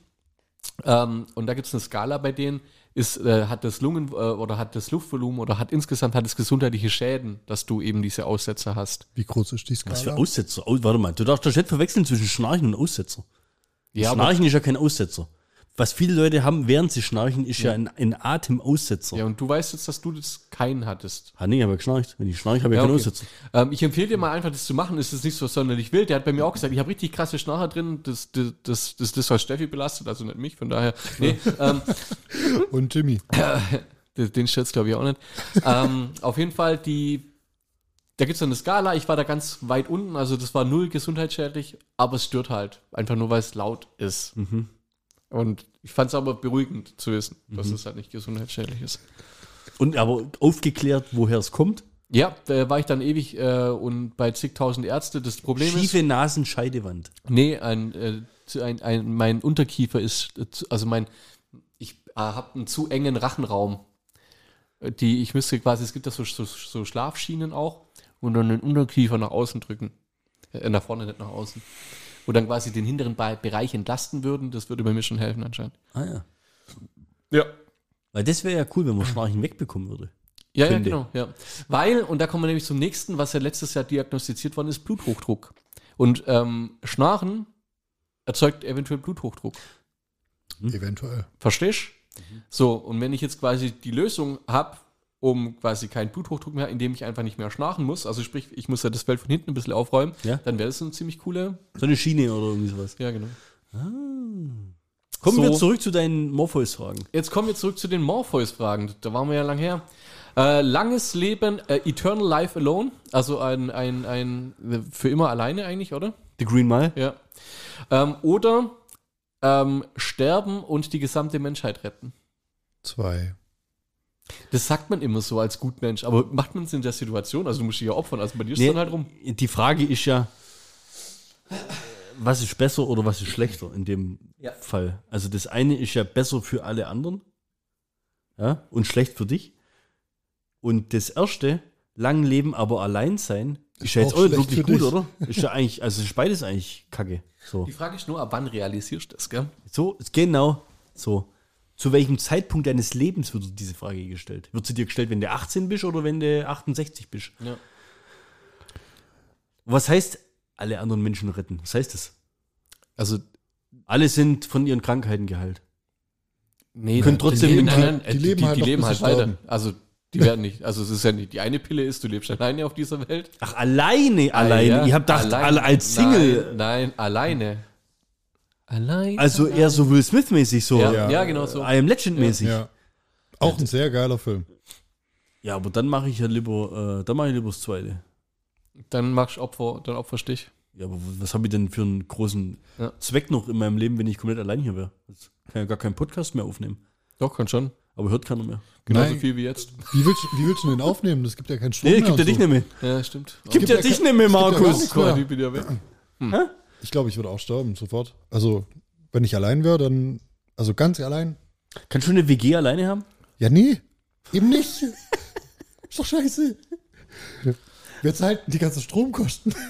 S1: Ähm, und da gibt es eine Skala bei denen, ist, äh, hat das Lungen äh, oder hat das Luftvolumen oder hat insgesamt hat es gesundheitliche Schäden, dass du eben diese Aussetzer hast.
S2: Wie groß ist die Skala?
S4: Was für Aussetzer? Au- warte mal, du darfst doch nicht verwechseln zwischen Schnarchen und Aussetzer.
S1: Ja, aber,
S4: Schnarchen ist ja kein Aussetzer. Was viele Leute haben, während sie schnarchen, ist ja, ein, ein Atemaussetzer.
S1: ja, und du weißt jetzt, dass du das keinen hattest.
S4: Ah, nee, ich habe ja geschnarcht. Wenn ich schnarche, habe ich ja, keinen
S1: okay.
S4: Aussitzer.
S1: Ähm, ich empfehle dir mal einfach, das zu machen. Es ist nicht so sonderlich wild. Der hat bei mir auch gesagt, ich habe richtig krasse Schnarcher drin. Das, das, das, das, das hat Steffi belastet, also nicht mich. Von daher, nee, ähm,
S2: Und Jimmy.
S1: den den Scherz glaube ich auch nicht. ähm, auf jeden Fall, die, da gibt es eine Skala. Ich war da ganz weit unten. Also das war null gesundheitsschädlich, aber es stört halt. Einfach nur, weil es laut ist. Und ich fand es aber beruhigend zu wissen, dass es halt nicht gesundheitsschädlich ist.
S4: Und aber aufgeklärt, woher es kommt.
S1: Ja, da war ich dann ewig äh, und bei zigtausend Ärzte. Das Problem ist...
S4: Schiefe Nasenscheidewand.
S1: Nee, ein, äh, zu- ein, ein, mein Unterkiefer ist, äh, zu- also mein, ich äh, habe einen zu engen Rachenraum. Äh, Die, ich müsste quasi, es gibt da so, so, so Schlafschienen auch und dann den Unterkiefer nach außen drücken. Äh, nach vorne, nicht nach außen. Und dann quasi den hinteren Be Bereich entlasten würden, das würde bei mir schon helfen anscheinend.
S4: Ah ja.
S1: Ja.
S4: Weil das wäre ja cool, wenn man Schnarchen wegbekommen würde.
S1: Ja, ja,
S4: Finde.
S1: genau. Ja. Weil, und da kommen wir nämlich zum nächsten, was ja letztes Jahr diagnostiziert worden ist, Bluthochdruck. Und ähm, Schnarchen erzeugt eventuell Bluthochdruck.
S2: Eventuell.
S1: Verstehst? So, und wenn ich jetzt quasi die Lösung habe, um quasi keinen Bluthochdruck mehr, indem ich einfach nicht mehr schnarchen muss, also sprich, ich muss ja das Feld von hinten ein bisschen aufräumen,
S4: Ja.
S1: dann wäre das eine ziemlich coole.
S4: So eine Schiene oder irgendwie sowas. Ah.
S1: Ja, genau.
S4: Kommen
S1: So.
S4: wir zurück zu deinen Morpheus-Fragen.
S1: Jetzt kommen wir zurück zu den Morpheus-Fragen. Da waren wir ja lang her. Äh, langes Leben, äh, Eternal Life Alone, also ein, ein, ein, für immer alleine eigentlich, oder?
S4: The Green Mile?
S1: Ja. Ähm, oder ähm, sterben und die gesamte Menschheit retten.
S2: Zwei.
S1: Das sagt man immer so als Gutmensch, aber macht man es in der Situation? Also du musst dich ja opfern, also bei dir ist es
S4: Nee,
S1: dann halt rum.
S4: Die Frage ist ja, was ist besser oder was ist schlechter in dem Fall? Also das eine ist ja besser für alle anderen ja, und schlecht für dich. Und das erste, lang leben, aber allein sein, ist, ja jetzt
S2: auch
S4: auch nicht
S2: schlecht
S4: wirklich
S2: für
S4: gut,
S2: dich.
S4: oder? Ist ja eigentlich, also ist beides eigentlich kacke. So.
S1: Die Frage ist nur, ab wann realisierst du das, gell?
S4: So, genau. So. Zu welchem Zeitpunkt deines Lebens wird dir diese Frage gestellt? Wird sie dir gestellt, wenn du 18 bist oder wenn du 68 bist?
S1: Ja.
S4: Was heißt alle anderen Menschen retten? Was heißt das?
S1: Also,
S4: Alle sind von ihren Krankheiten geheilt.
S1: nee,
S4: Können trotzdem
S1: die leben,
S4: mit-
S1: nein, nein,
S2: die
S1: äh, die,
S2: leben
S1: die,
S2: halt
S1: die
S2: noch,
S1: leben
S2: bis
S1: halt
S2: sie
S1: weiter.
S2: sterben.
S1: Also, die werden nicht, also es ist ja nicht, die eine Pille ist, du lebst alleine auf dieser Welt.
S4: Ach, alleine, alleine.
S1: Ja,
S4: ich habe gedacht,
S1: allein.
S4: alle als Single.
S1: Ah, Nein, nein alleine. Allein.
S4: Also eher so Will Smith-mäßig so.
S1: ja, ja.
S2: ja.
S1: genau so.
S4: I am Legend-mäßig. Ja.
S2: Ja. Auch ein sehr geiler Film.
S4: aber dann mache ich ja lieber, äh, dann mache ich lieber das zweite.
S1: Dann machst du Opfer, dann opferst dich.
S4: Ja, aber was habe ich denn für einen großen
S1: Ja.
S4: Zweck noch in meinem Leben, wenn ich komplett allein hier wäre? Jetzt kann ja gar keinen Podcast mehr aufnehmen.
S1: Doch, kann schon.
S4: Aber hört keiner mehr.
S1: Genauso
S2: Nein.
S1: viel wie jetzt.
S2: Wie willst, wie willst du den aufnehmen? Das gibt ja keinen Strom
S4: Nee, gibt ja
S2: und
S4: dich
S2: so.
S4: nicht mehr.
S1: Ja, stimmt. Oh,
S4: Gibt ja
S2: ja
S4: dich
S2: kein-
S4: nicht mehr,
S2: es gibt ja gar
S4: Markus.
S2: nichts.
S1: Guck mal,
S2: Ja.
S1: die bin ja weg.
S2: Ich glaube, ich würde auch sterben, sofort. Also, wenn ich allein wäre, dann. Also ganz allein.
S4: Kannst du eine WG alleine haben?
S2: Ja, nee. Eben nicht.
S1: (laughs)
S2: ist doch scheiße. Wir zahlen die ganzen Stromkosten. (laughs)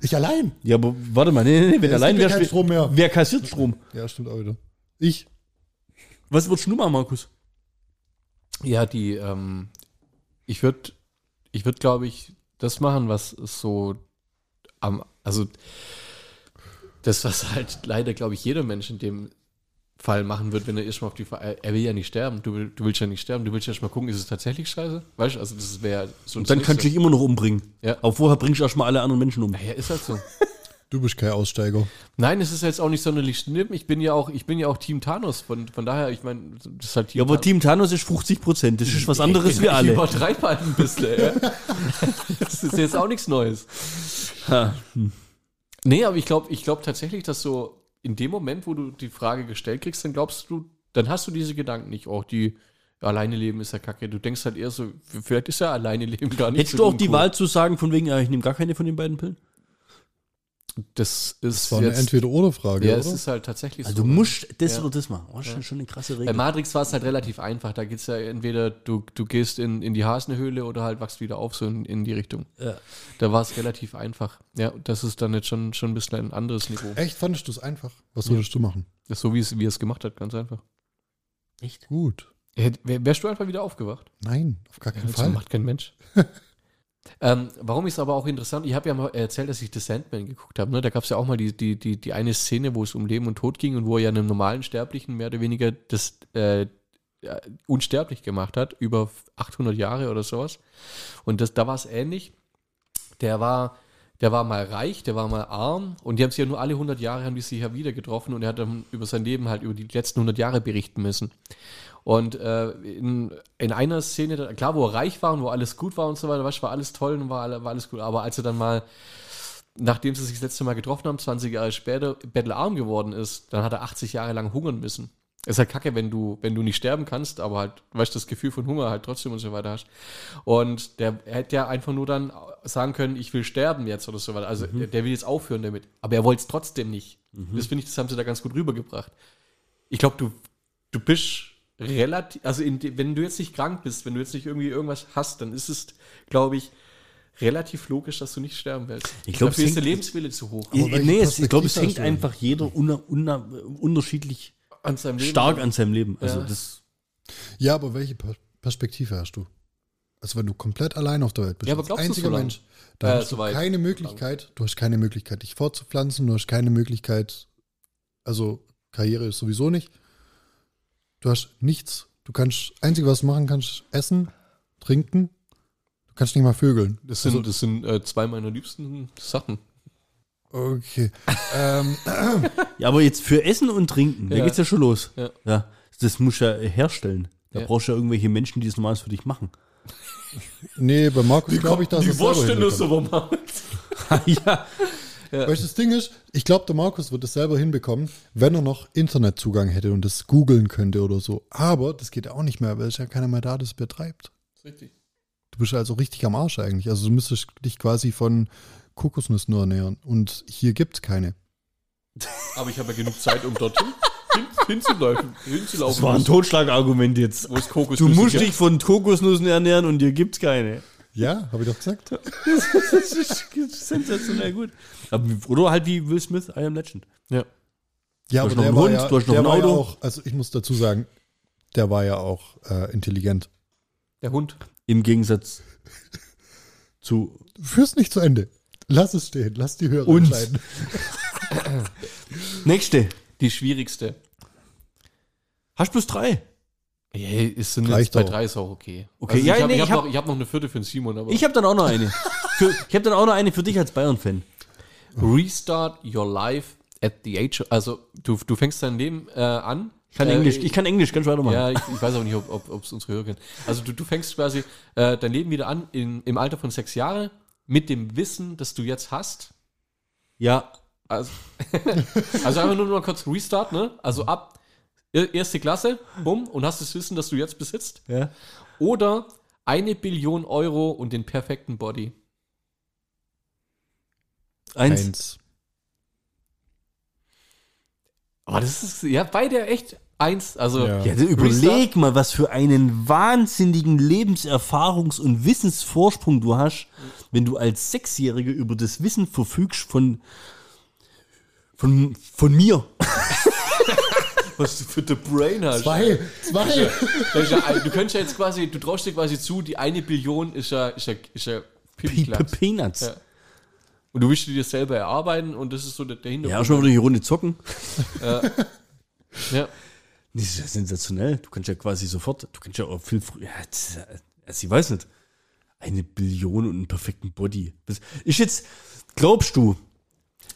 S2: Ich allein.
S4: Ja, aber warte mal, nee, nee, nee, wenn
S2: Ja, es
S4: allein
S2: gibt ja
S4: wärst,
S2: keinen Strom mehr.
S4: wer, wer kassiert Strom?
S2: Ja, stimmt auch wieder. Ich.
S4: Was würdest du machen, Markus?
S1: Ja, die, ähm, ich würde, ich würde, glaube ich, das machen, was so am, also das, was halt leider, glaube ich, jeder Mensch in dem Fall machen wird, wenn er erstmal auf die, Ver- er will ja nicht sterben, du, will- du willst ja nicht sterben, du willst ja erstmal gucken, ist es tatsächlich scheiße? Weißt du, also das wäre so
S4: Und dann kannst du dich immer noch umbringen.
S1: Ja.
S4: Aber vorher bringst du erstmal alle anderen Menschen um.
S1: Ja, ist halt so.
S2: Du bist kein Aussteiger.
S1: Nein, es ist jetzt auch nicht sonderlich schlimm. Ich bin ja auch, ich bin ja auch Team Thanos. Von, von daher, ich meine, das ist halt Team
S4: Ja, aber Team Thanos ist 50 Prozent. Das ist was
S1: (laughs)
S4: anderes wie
S1: Ich
S4: alle.
S1: übertreibe halt ein bisschen. Ja. das ist jetzt auch nichts Neues.
S4: Ha.
S1: Nee, aber ich glaube ich glaub tatsächlich, dass so in dem Moment, wo du die Frage gestellt kriegst, dann glaubst du, dann hast du diese Gedanken nicht. Oh, die alleine leben ist ja kacke. Du denkst halt eher so, vielleicht ist ja alleine leben gar nicht so
S4: Hättest du auch die
S1: uncool.
S4: Wahl zu sagen, von wegen, ja, ich nehme gar keine von den beiden Pillen?
S1: das ist
S2: Das war eine
S1: jetzt,
S2: Entweder-Oder-Frage,
S1: ja,
S2: oder?
S1: es ist halt tatsächlich
S4: Also du
S1: ne?
S4: musst das oder das machen. Oh, schon, schon eine krasse
S1: Bei
S4: Regel.
S1: Matrix war es halt relativ einfach. Da geht's ja entweder, du, du gehst in, in die Hasenhöhle oder halt wachst wieder auf, so in, in die Richtung.
S4: Ja.
S1: Da war es relativ einfach. Ja, und das ist dann jetzt schon, schon ein bisschen ein anderes Niveau.
S2: Echt, fandest du es einfach? Was würdest du machen?
S1: Das ist so wie es, wie es gemacht hat, ganz einfach.
S4: Echt?
S2: Gut.
S1: Hätt- wär- Wärst du einfach wieder aufgewacht?
S2: Nein, auf gar keinen
S1: Das
S2: Fall.
S1: macht kein
S2: (laughs)
S1: Mensch. ähm, warum ist aber auch interessant, ich habe ja mal erzählt, dass ich The Sandman geguckt habe. Ne? Da gab es ja auch mal die, die, die, die eine Szene, wo es um Leben und Tod ging und wo er ja einem normalen Sterblichen mehr oder weniger das äh, ja, unsterblich gemacht hat, über 800 Jahre oder sowas. Und das, da war es ähnlich. Der war, der war mal reich, der war mal arm und die haben sich ja nur alle 100 Jahre haben die sich ja wieder getroffen und er hat dann über sein Leben halt über die letzten 100 Jahre berichten müssen. Und äh, in, in einer Szene, da- klar, wo er reich war und wo alles gut war und so weiter, weißt, du, war alles toll und war, alle- war alles gut. Aber als er dann mal, nachdem sie sich das letzte Mal getroffen haben, 20 Jahre später, bettelarm geworden ist, dann hat er 80 Jahre lang hungern müssen. Ist halt kacke, wenn du, wenn du nicht sterben kannst, aber halt, weißt du, das Gefühl von Hunger halt trotzdem und so weiter hast. Und der hätte ja einfach nur dann sagen können, ich will sterben jetzt oder so weiter. Also der, der will jetzt aufhören damit. Aber er wollte es trotzdem nicht. Das finde ich, das haben sie da ganz gut rübergebracht. Ich glaube, du, du bist relativ, also in, de- wenn du jetzt nicht krank bist, wenn du jetzt nicht irgendwie irgendwas hast, dann ist es, glaube ich, relativ logisch, dass du nicht sterben willst.
S4: Ich glaub,
S1: Dafür
S4: es
S1: ist der
S4: hängt-
S1: Lebenswille zu hoch.
S4: Ich,
S2: welche
S4: nee, es, ich glaube, es
S2: Perspektive
S4: hängt
S2: hast du?
S4: einfach jeder una, una, unterschiedlich
S1: An seinem Leben-
S4: stark an seinem Leben. Also
S1: Ja.
S4: das
S2: Ja, aber welche Per- Perspektive hast du? Also wenn du komplett allein auf der Welt bist,
S1: Ja, aber
S2: als
S1: glaubst du so lang?
S2: Mensch, da
S1: Äh,
S2: hast du
S1: so weit.
S2: keine Möglichkeit, du hast keine Möglichkeit, dich fortzupflanzen, du hast keine Möglichkeit, also Karriere ist sowieso nicht. Du hast nichts. Du kannst, einzige was du machen kannst, essen, trinken. Du kannst nicht mal vögeln.
S1: Das sind, das sind äh, zwei meiner liebsten Sachen.
S2: Okay. ähm,
S4: Ja, aber jetzt für Essen und Trinken, da
S1: Ja.
S4: geht's ja schon los.
S1: Ja.
S4: das musst du ja herstellen. Da
S1: Ja.
S4: brauchst du ja irgendwelche Menschen, die das normales für dich machen.
S2: nee, bei Markus glaube ich, dass
S1: Die
S2: es selber
S1: Wurst in der
S2: hinbekommt.
S1: Supermarkt.
S4: (laughs) ja.
S2: Weil das Ding ist, ich glaube, der Markus wird es selber hinbekommen, wenn er noch Internetzugang hätte und das googeln könnte oder so. Aber das geht auch nicht mehr, weil es ja keiner mehr da das betreibt.
S1: Richtig.
S2: Du bist also richtig am Arsch eigentlich. Also du müsstest dich quasi von Kokosnüssen nur ernähren. Und hier gibt es keine.
S1: Aber ich habe ja genug Zeit, um dorthin hin, hinzulaufen. hinzulaufen
S4: Das war ein Totschlagargument jetzt.
S1: wo es Kokos
S4: Du musst dich von Kokosnüssen ernähren und dir gibt's keine.
S2: Ja, habe ich doch gesagt.
S4: Das ist sensationell gut. Aber, oder halt wie Will Smith, I Am Legend.
S1: Ja.
S2: Ja,
S4: hast noch einen Hund, du hast noch
S2: der
S4: ein
S2: war
S4: Auto.
S2: Ja auch, also ich muss dazu sagen, der war ja auch äh, intelligent.
S1: Der Hund.
S4: Im Gegensatz zu
S2: Führ's nicht zu Ende. Lass es stehen. Lass die Hörer
S4: Uns.
S2: entscheiden.
S4: nächste.
S1: Die schwierigste.
S4: Hast plus drei.
S1: Ja, ist sind
S2: Reicht
S1: jetzt bei
S2: auch.
S1: drei ist auch okay. Also
S4: Okay, ja,
S1: ich habe
S4: nee,
S1: ich
S4: ich
S1: hab
S4: hab-
S1: noch, ich hab noch eine vierte für den Simon, aber.
S4: Ich habe dann auch noch eine. Für, ich habe dann auch noch eine für dich als Bayern-Fan.
S1: Restart your life at the age of, also du, du fängst dein Leben äh, an.
S4: Ich kann
S1: äh,
S4: Englisch, ich kann Englisch, kannst weitermachen.
S1: ja, ich, ich weiß aber nicht, ob es ob's unsere Hörer kennen. Also du, du fängst quasi äh, dein Leben wieder an in, im Alter von sechs Jahren mit dem Wissen, das du jetzt hast.
S4: ja.
S1: Also, (laughs) also einfach nur mal kurz Restart, ne? Also ab er- erste Klasse, bumm, und hast das Wissen, das du jetzt besitzt.
S4: ja.
S1: Oder eine Billion Euro und den perfekten Body.
S4: Eins.
S1: Oh, das ist ja beide echt eins. Also
S2: Ja.
S4: Ja, dann überleg mal, was für einen wahnsinnigen Lebenserfahrungs- und Wissensvorsprung du hast, wenn du als Sechsjähriger über das Wissen verfügst von, von, von mir.
S1: (laughs) was du für The Brain hast.
S2: Zwei. Zwei.
S1: Das ist ja, ein- du könntest ja jetzt quasi, du traust dir quasi zu, die eine Billion ist ja, ist ja, ist ja Pipi-Klacks.
S4: Peanuts.
S1: Ja. Und du willst die dir selber erarbeiten und das ist so der, der
S4: Ja,
S1: Hintergrund.
S4: schon mal wieder eine Runde zocken.
S1: Ja.
S4: Das ist ja sensationell. Du kannst ja quasi sofort, du kannst ja auch viel früher. Ja, das ist ja- also ich weiß nicht. Eine Billion und einen perfekten Body. Das ist jetzt, glaubst du,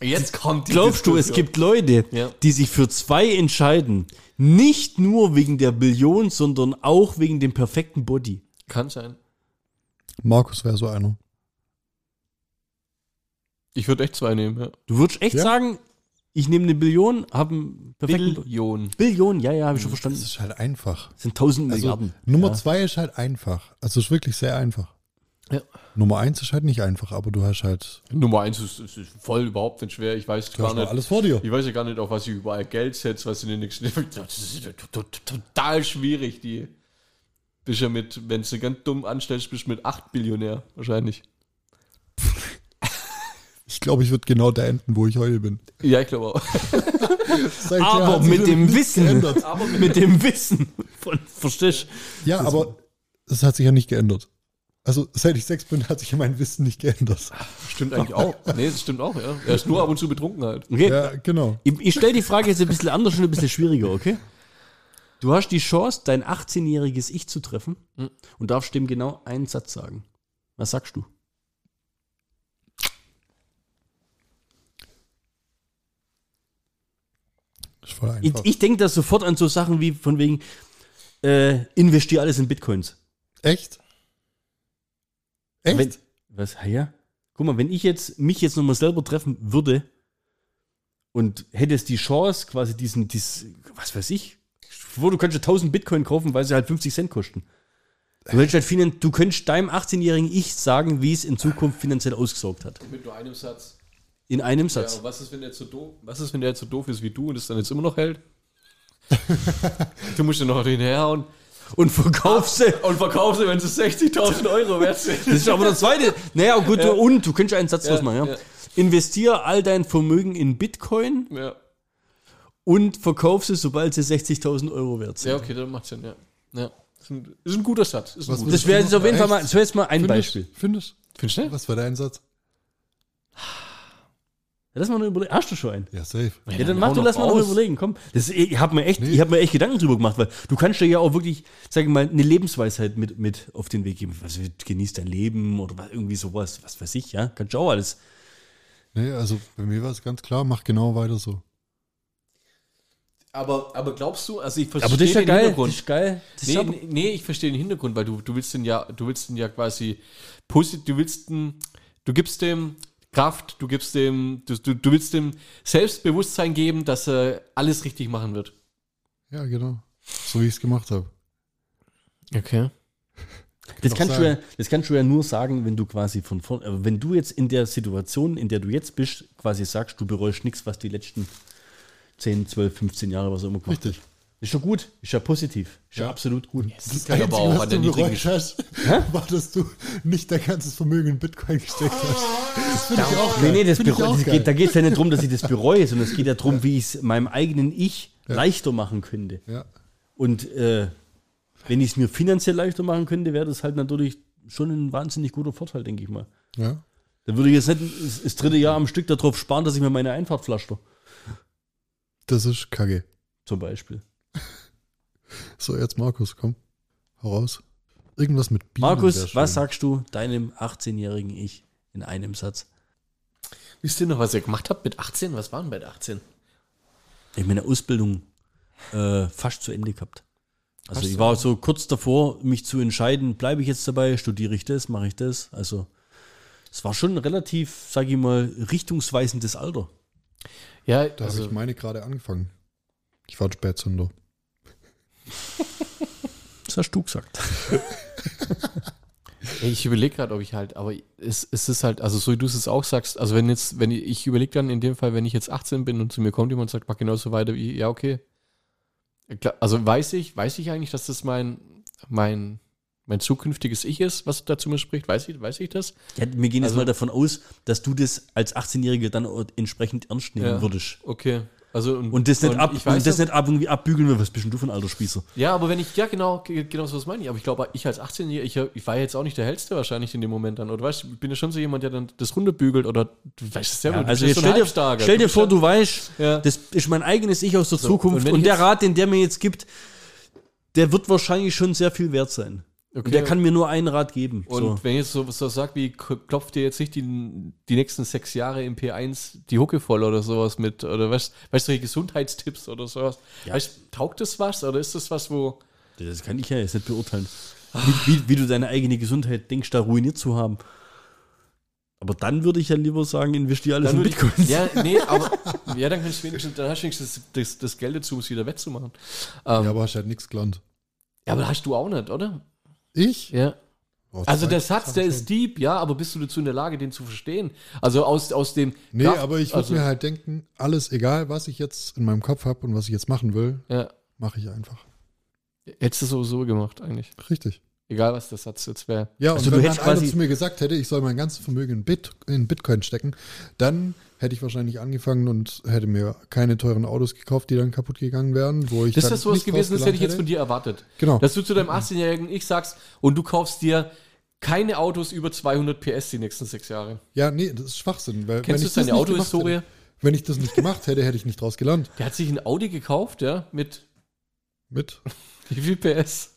S1: Jetzt kommt die
S4: Glaubst du, es
S1: Diskussion.
S4: gibt Leute,
S1: Ja.
S4: die sich für zwei entscheiden, nicht nur wegen der Billion, sondern auch wegen dem perfekten Body?
S1: Kann sein.
S2: Markus wäre so einer.
S1: Ich würde echt zwei nehmen, ja.
S4: Du würdest echt
S2: Ja.
S4: sagen, ich nehme eine Billion, habe einen perfekten Bo-
S1: Billion.
S4: Billion, ja, ja, habe ich schon verstanden.
S2: Hm, Das ist halt einfach.
S4: Das sind 1000
S2: Also,
S4: Milliarden.
S2: Nummer
S4: ja.
S2: zwei ist halt einfach. Also ist wirklich sehr einfach.
S1: Ja.
S2: Nummer eins ist halt nicht einfach, aber du hast halt
S1: Nummer eins ist, ist, ist voll überhaupt nicht schwer. Ich weiß
S2: du
S1: gar
S2: hast noch
S1: nicht.
S2: alles vor dir.
S1: Ich weiß ja gar nicht, auf was ich überall Geld setze, was in den nächsten. (laughs) Das ist ja to- to- total schwierig, die. Bist ja mit, wenn du ganz dumm anstellst, bist du mit 8 Billionär wahrscheinlich.
S2: Ich glaube, ich würde genau da enden, wo ich heute bin.
S1: Ja, ich glaube auch.
S2: Seither
S4: Aber
S2: hat sich
S4: mit dem
S2: nichts
S4: Wissen.
S2: Geändert.
S4: Aber (laughs) mit dem Wissen. Von, verstehst
S2: Ja, aber es hat sich ja nicht geändert. Also seit ich sechs bin, hat sich ja mein Wissen nicht
S4: (laughs)
S2: geändert.
S1: (laughs) Stimmt eigentlich auch. Nee, das stimmt auch, ja. Er ist nur ab und zu betrunken halt.
S4: Okay.
S2: Ja, genau.
S4: Ich, ich stelle die Frage jetzt ein bisschen anders und ein bisschen schwieriger, okay? Du hast die Chance, dein 18-jähriges Ich zu treffen und darfst dem genau einen Satz sagen. Was sagst du?
S2: Ist voll
S4: Ich,
S2: einfach.
S4: ich denke da sofort an so Sachen wie von wegen, äh, investier alles in Bitcoins.
S2: Echt? Echt?
S4: Wenn, was, ja? Guck mal, wenn ich jetzt mich jetzt nochmal selber treffen würde und hätte es die Chance, quasi diesen, dies, was weiß ich, wo du könntest 1000 Bitcoin kaufen, weil sie halt 50 Cent kosten. Du, hättest halt finan- du könntest deinem 18-jährigen Ich sagen, wie es in Zukunft finanziell ausgesorgt hat.
S1: Mit nur einem Satz.
S4: In einem
S1: Ja,
S4: Satz.
S1: aber was ist, wenn der zu doof, was ist, wenn der jetzt so doof ist wie du und es dann jetzt immer noch (laughs) hält? du musst ja noch hinherhauen
S4: Und verkaufst sie.
S1: (laughs) und verkaufst sie, wenn sie 60.000 Euro wert sind.
S4: Das ist aber der zweite. Naja, gut,
S1: Ja.
S4: und du könntest einen Satz
S1: Ja,
S4: draus machen. Ja.
S1: ja.
S4: Investier all dein Vermögen in Bitcoin
S1: Ja.
S4: und verkauf sie, sobald sie 60.000 Euro wert sind.
S1: ja, okay, dann macht Sinn, ja. ja. Ist, ein, ist ein guter Satz. Ist ein
S2: Was
S1: guter.
S4: Das wäre jetzt auf jeden Fall mal, das wäre jetzt mal ein
S2: Findest-
S4: Beispiel.
S2: Findest?
S1: Findest du?
S2: Was war dein Satz?
S4: Ja, Lass mal noch überlegen. Hast du schon einen?
S2: Ja, safe.
S4: Ja,
S1: dann
S4: dann mach
S1: hau
S4: du,
S1: noch
S4: lass mal noch
S1: raus.
S4: überlegen. Komm, das, ich habe mir, echt, ich hab mir echt Gedanken drüber gemacht, weil du kannst dir ja auch wirklich, sag ich mal, eine Lebensweisheit mit, mit auf den Weg geben. Also, genieß dein Leben oder was, irgendwie sowas, was weiß ich, ja. Kannst du auch alles.
S2: Nee, also bei mir war es ganz klar, mach genau weiter so.
S1: Aber, aber glaubst du, also ich verstehe
S4: Aber das ist ja
S1: den
S4: geil. Das
S1: Hintergrund.
S4: ist geil. Das ist
S1: Nee,
S4: aber-
S1: nee, nee, ich verstehe den Hintergrund, weil du, du willst den ja, du willst den ja quasi positiv, du willst den, du gibst dem Kraft, du gibst dem, du, du, du willst dem Selbstbewusstsein geben, dass er alles richtig machen wird.
S2: Ja, genau. So wie ich es gemacht habe.
S1: Okay.
S4: Das
S2: doch
S4: kannst, du
S2: sein.
S4: ja, das kannst du ja nur sagen, wenn du quasi von vorn, aber wenn du jetzt in der Situation, in der du jetzt bist, quasi sagst, du bereust nichts, was die letzten 10, 12, 15 Jahre, was auch immer gemacht
S2: Richtig.
S4: hast. Ist ja gut, ist ja positiv, ist ja,
S2: Ja.
S4: absolut gut.
S1: Das kann aber auch an der niedrigen
S2: bereut hast, (laughs) war, dass du nicht dein ganzes Vermögen in Bitcoin gesteckt hast. Das finde ich auch
S4: Nee, nee, das
S2: Find ich
S4: bereue,
S2: auch
S4: das
S2: geil.
S4: geht, da geht es ja nicht darum, dass ich das bereue, sondern es geht ja darum, wie ich es meinem eigenen Ich leichter machen könnte.
S2: Ja.
S4: Und äh, wenn ich es mir finanziell leichter machen könnte, wäre das halt natürlich schon ein wahnsinnig guter Vorteil, denke ich mal.
S2: ja.
S4: Dann würde ich jetzt nicht das, das dritte Jahr am Stück darauf sparen, dass ich mir meine Einfahrt pflaster.
S2: Das ist kacke.
S4: Zum Beispiel.
S2: So, jetzt Markus, komm. Hau raus. Irgendwas mit Bienen wär
S4: Markus,
S2: schön.
S4: was sagst du deinem 18-jährigen Ich in einem Satz?
S1: Wisst ihr noch, was ihr gemacht habt mit 18? Was waren bei der 18?
S4: Ich meine Ausbildung äh, fast zu Ende gehabt. Also ich war so kurz davor, mich zu entscheiden, bleibe ich jetzt dabei, studiere ich das, mache ich das. Also es war schon ein relativ, sage ich mal, richtungsweisendes Alter.
S1: Ja, also
S2: Da habe ich meine gerade angefangen. Ich war ein Spätzünder.
S4: Das hast du gesagt.
S1: Ey, Ich überlege gerade, ob ich halt, aber es, es ist halt, also so wie du es jetzt auch sagst, also wenn jetzt, wenn ich, ich überlege dann in dem Fall, wenn ich jetzt 18 bin und zu mir kommt jemand und sagt, mach genauso weiter wie, ja, okay. Klar, Also weiß ich, weiß ich eigentlich, dass das mein, mein, mein zukünftiges Ich ist, was dazu mir spricht? Weiß ich, weiß ich das?
S4: Ja, wir gehen jetzt
S1: Also-
S4: mal davon aus, dass du das als 18-Jähriger dann entsprechend ernst nehmen
S1: Ja.
S4: würdest.
S1: Okay. Also
S4: Und das nicht, ab,
S1: ich weiß
S4: und das
S1: das
S4: nicht ab, irgendwie abbügeln wir. Was bist denn du für ein alter Spießer?
S1: Ja, aber wenn ich, ja genau, ge- genau so was meine ich. Aber ich glaube, ich als 18-Jähriger, ich, ich war jetzt auch nicht der Hellste wahrscheinlich in dem Moment dann. Oder weißt du, ich bin ja schon so jemand, der dann das Runde bügelt oder du weißt es selber. du
S4: also
S1: bist
S4: jetzt stell, dir,
S1: Halbstarker.
S4: stell dir
S1: bist
S4: vor,
S1: ja-
S4: du weißt,
S1: Ja.
S4: das ist mein eigenes Ich aus der
S1: und
S4: Zukunft.
S1: wenn
S4: Und
S1: ich
S4: der
S1: jetzt-
S4: Rat, den der mir jetzt gibt, der wird wahrscheinlich schon sehr viel wert sein.
S1: Okay.
S4: Und der kann mir nur einen Rat geben.
S1: Und
S4: so.
S1: wenn ich jetzt so, so sag, wie k- klopft dir jetzt nicht die, die nächsten sechs Jahre im P1 die Hucke voll oder sowas mit, oder weißt weißt du, solche Gesundheitstipps oder sowas. Weißt, taugt das was oder ist das was, wo.
S4: Das kann ich ja jetzt nicht beurteilen. Wie, wie, wie du deine eigene Gesundheit denkst, da ruiniert zu haben. Aber dann würde ich ja lieber sagen, investiere alles in
S1: würde
S4: Bitcoin.
S1: ich, ja,
S2: (laughs)
S1: nee, aber ja, dann kannst du wenigstens, dann hast du wenigstens das, das, das Geld dazu, um es wieder wettzumachen. Ähm,
S2: Ja, aber hast halt nichts gelernt.
S1: ja, aber hast du auch nicht, oder?
S2: Ich?
S1: Ja.
S2: Oh,
S1: Also
S2: zwei-
S1: der Satz, der ist deep, ja, aber bist du dazu in der Lage, den zu verstehen? Also aus, aus dem.
S2: Nee,
S1: Kraft-
S2: aber ich würde
S1: also,
S2: mir halt denken, alles egal, was ich jetzt in meinem Kopf habe und was ich jetzt machen will,
S1: ja,
S2: mache ich einfach.
S1: hättest du sowieso gemacht eigentlich.
S2: Richtig.
S1: Egal, was der Satz jetzt wäre.
S2: Ja,
S4: Also du
S2: und wenn
S4: hättest
S2: dann einer
S4: quasi-
S2: zu mir gesagt hätte, ich soll mein ganzes Vermögen in, Bit, in Bitcoin stecken, dann hätte ich wahrscheinlich angefangen und hätte mir keine teuren Autos gekauft, die dann kaputt gegangen wären, wo ich
S1: Das
S2: dann
S1: ist sowas
S2: nicht
S1: gewesen, das
S2: rausgelernt
S1: hätte ich jetzt von dir erwartet.
S2: Genau.
S1: Dass du zu deinem 18-Jährigen ich sagst und du kaufst dir keine Autos über 200 PS die nächsten sechs Jahre.
S2: Genau. Ja, nee, das ist Schwachsinn. Weil
S1: Kennst
S2: wenn ich
S1: du
S2: das
S1: seine
S2: nicht gemacht
S1: Autohistorie?
S2: hätte- Wenn ich das nicht gemacht hätte, hätte ich nicht draus gelernt.
S1: Der hat sich ein Audi gekauft, ja, mit (laughs)
S2: Mit
S1: wie viel PS?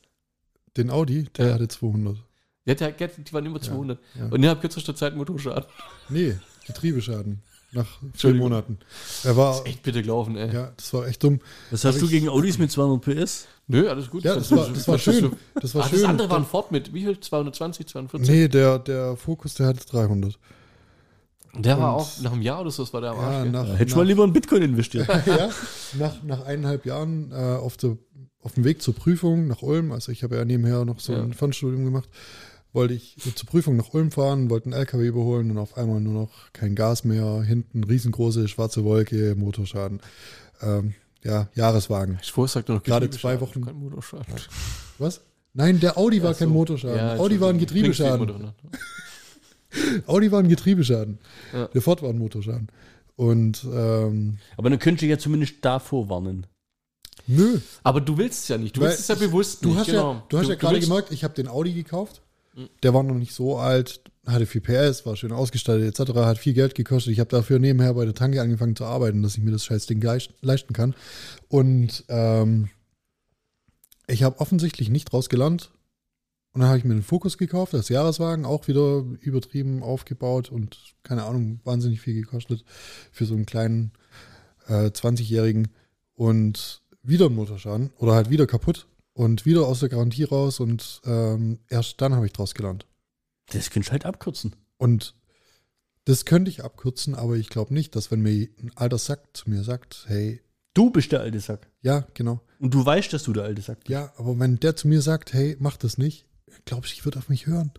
S2: den Audi, der
S1: Ja.
S2: hatte 200.
S1: Ja, der, der, die waren immer 200.
S2: ja.
S1: Und innerhalb kürzester Zeit Motorschaden.
S2: Nee, Getriebeschaden. Nach vier
S1: Entschuldigung.
S2: Monaten. Er war,
S1: Echt bitte gelaufen, ey.
S2: ja, das war echt dumm.
S4: Was hast du gegen Audis mit 200 PS?
S1: Nö, alles gut.
S2: Ja, das war, das war schön. Das war
S1: Ach,
S2: schön.
S1: Ah, das andere war ein Ford mit wie viel? 220, 240?
S2: nee, der, der Fokus, der hatte 300.
S1: der war
S2: und-
S1: auch nach einem Jahr oder so, das war der am Arsch.
S2: Ja,
S1: gell?
S2: nach,
S4: Hättest du mal
S2: nach,
S4: lieber in
S1: (laughs)
S4: Bitcoin investiert.
S2: ja, nach, nach eineinhalb Jahren äh, auf, der, auf dem Weg zur Prüfung nach Ulm, also ich habe ja nebenher noch so
S1: Ja.
S2: ein Fernstudium gemacht, wollte ich zur Prüfung nach Ulm fahren, wollte einen LKW überholen und auf einmal nur noch kein Gas mehr, hinten riesengroße schwarze Wolke, Motorschaden. Ähm, ja, Jahreswagen.
S1: Ich vorsagt noch
S2: Gerade
S1: Getriebeschaden,
S2: zwei Wochen-
S1: kein Motorschaden.
S2: Was? Nein, der Audi war
S1: Ach
S2: kein
S1: so.
S2: Motorschaden.
S1: Ja,
S2: Audi war ein
S1: Entschuldigung, ich
S2: Getriebeschaden.
S1: bring's nicht mehr durcheinander.
S2: Audi war ein Getriebeschaden.
S1: Ja.
S2: Der Ford war ein Motorschaden. Und ähm,
S4: Aber dann könntest du ja zumindest davor warnen.
S2: nö,
S1: Aber du willst es ja nicht. Du
S2: Weil
S1: willst es ja
S2: ich-
S1: bewusst
S2: du
S1: nicht. genau.
S2: hast ja, du hast ja gerade genau
S1: willst-
S2: gemerkt, ich habe den Audi gekauft. Der war noch nicht so alt, hatte viel PS, war schön ausgestattet etc., hat viel Geld gekostet. Ich habe dafür nebenher bei der Tanke angefangen zu arbeiten, dass ich mir das Scheißding leis- leisten kann. Und ähm, ich habe offensichtlich nicht rausgelernt. Und dann habe ich mir den Fokus gekauft, als Jahreswagen, auch wieder übertrieben aufgebaut und keine Ahnung, wahnsinnig viel gekostet für so einen kleinen äh, 20-Jährigen und wieder einen Motorschaden oder halt wieder kaputt und wieder aus der Garantie raus und ähm, erst dann habe ich draus gelernt.
S4: Das könntest du halt abkürzen.
S2: Und das könnte ich abkürzen, aber ich glaube nicht, dass wenn mir ein alter Sack zu mir sagt, hey,
S4: Du bist der alte Sack.
S2: ja, genau,
S4: Und du weißt, dass du der alte Sack bist.
S2: ja, aber wenn der zu mir sagt, hey, mach das nicht, glaube ich, ich würde auf mich hören.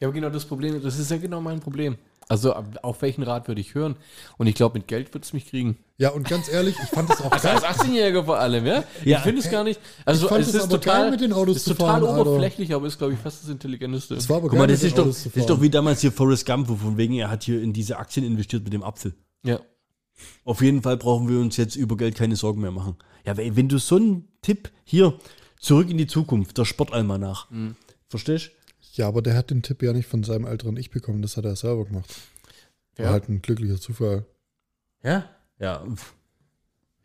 S1: Ja, aber genau das Problem, das ist ja genau mein Problem. Also ab- auf welchen Rat würde ich hören? Und ich glaube, mit Geld wird es mich kriegen.
S2: Ja, und ganz ehrlich, ich fand das
S4: (laughs)
S2: auch geil.
S1: Als 18-Jähriger vor allem, ja?
S4: Ja.
S1: Ich finde es gar nicht. Also
S2: Ich fand
S1: es
S2: es
S1: ist
S2: aber
S1: total,
S2: geil, mit den Autos
S1: ist
S2: zu
S1: total
S2: fahren, Alter.
S1: oberflächlich, aber ist glaube ich fast das intelligenteste.
S2: Das war aber
S4: Guck mal,
S2: geil,
S4: das
S2: mit
S4: ist,
S2: den
S4: doch,
S2: Autos zu
S4: das ist doch
S2: fahren.
S4: wie damals hier Forrest Gump, wo von wegen er hat hier in diese Aktien investiert mit dem Apfel.
S1: ja.
S4: Auf jeden Fall brauchen wir uns jetzt über Geld keine Sorgen mehr machen. Ja, we- wenn du so einen Tipp hier zurück in die Zukunft, der Sportalmanach, verstehst?
S2: Ja, aber der hat den Tipp ja nicht von seinem älteren Ich bekommen, das hat er selber gemacht. War
S1: Ja.
S2: halt ein glücklicher Zufall.
S4: Ja. Ja, pf,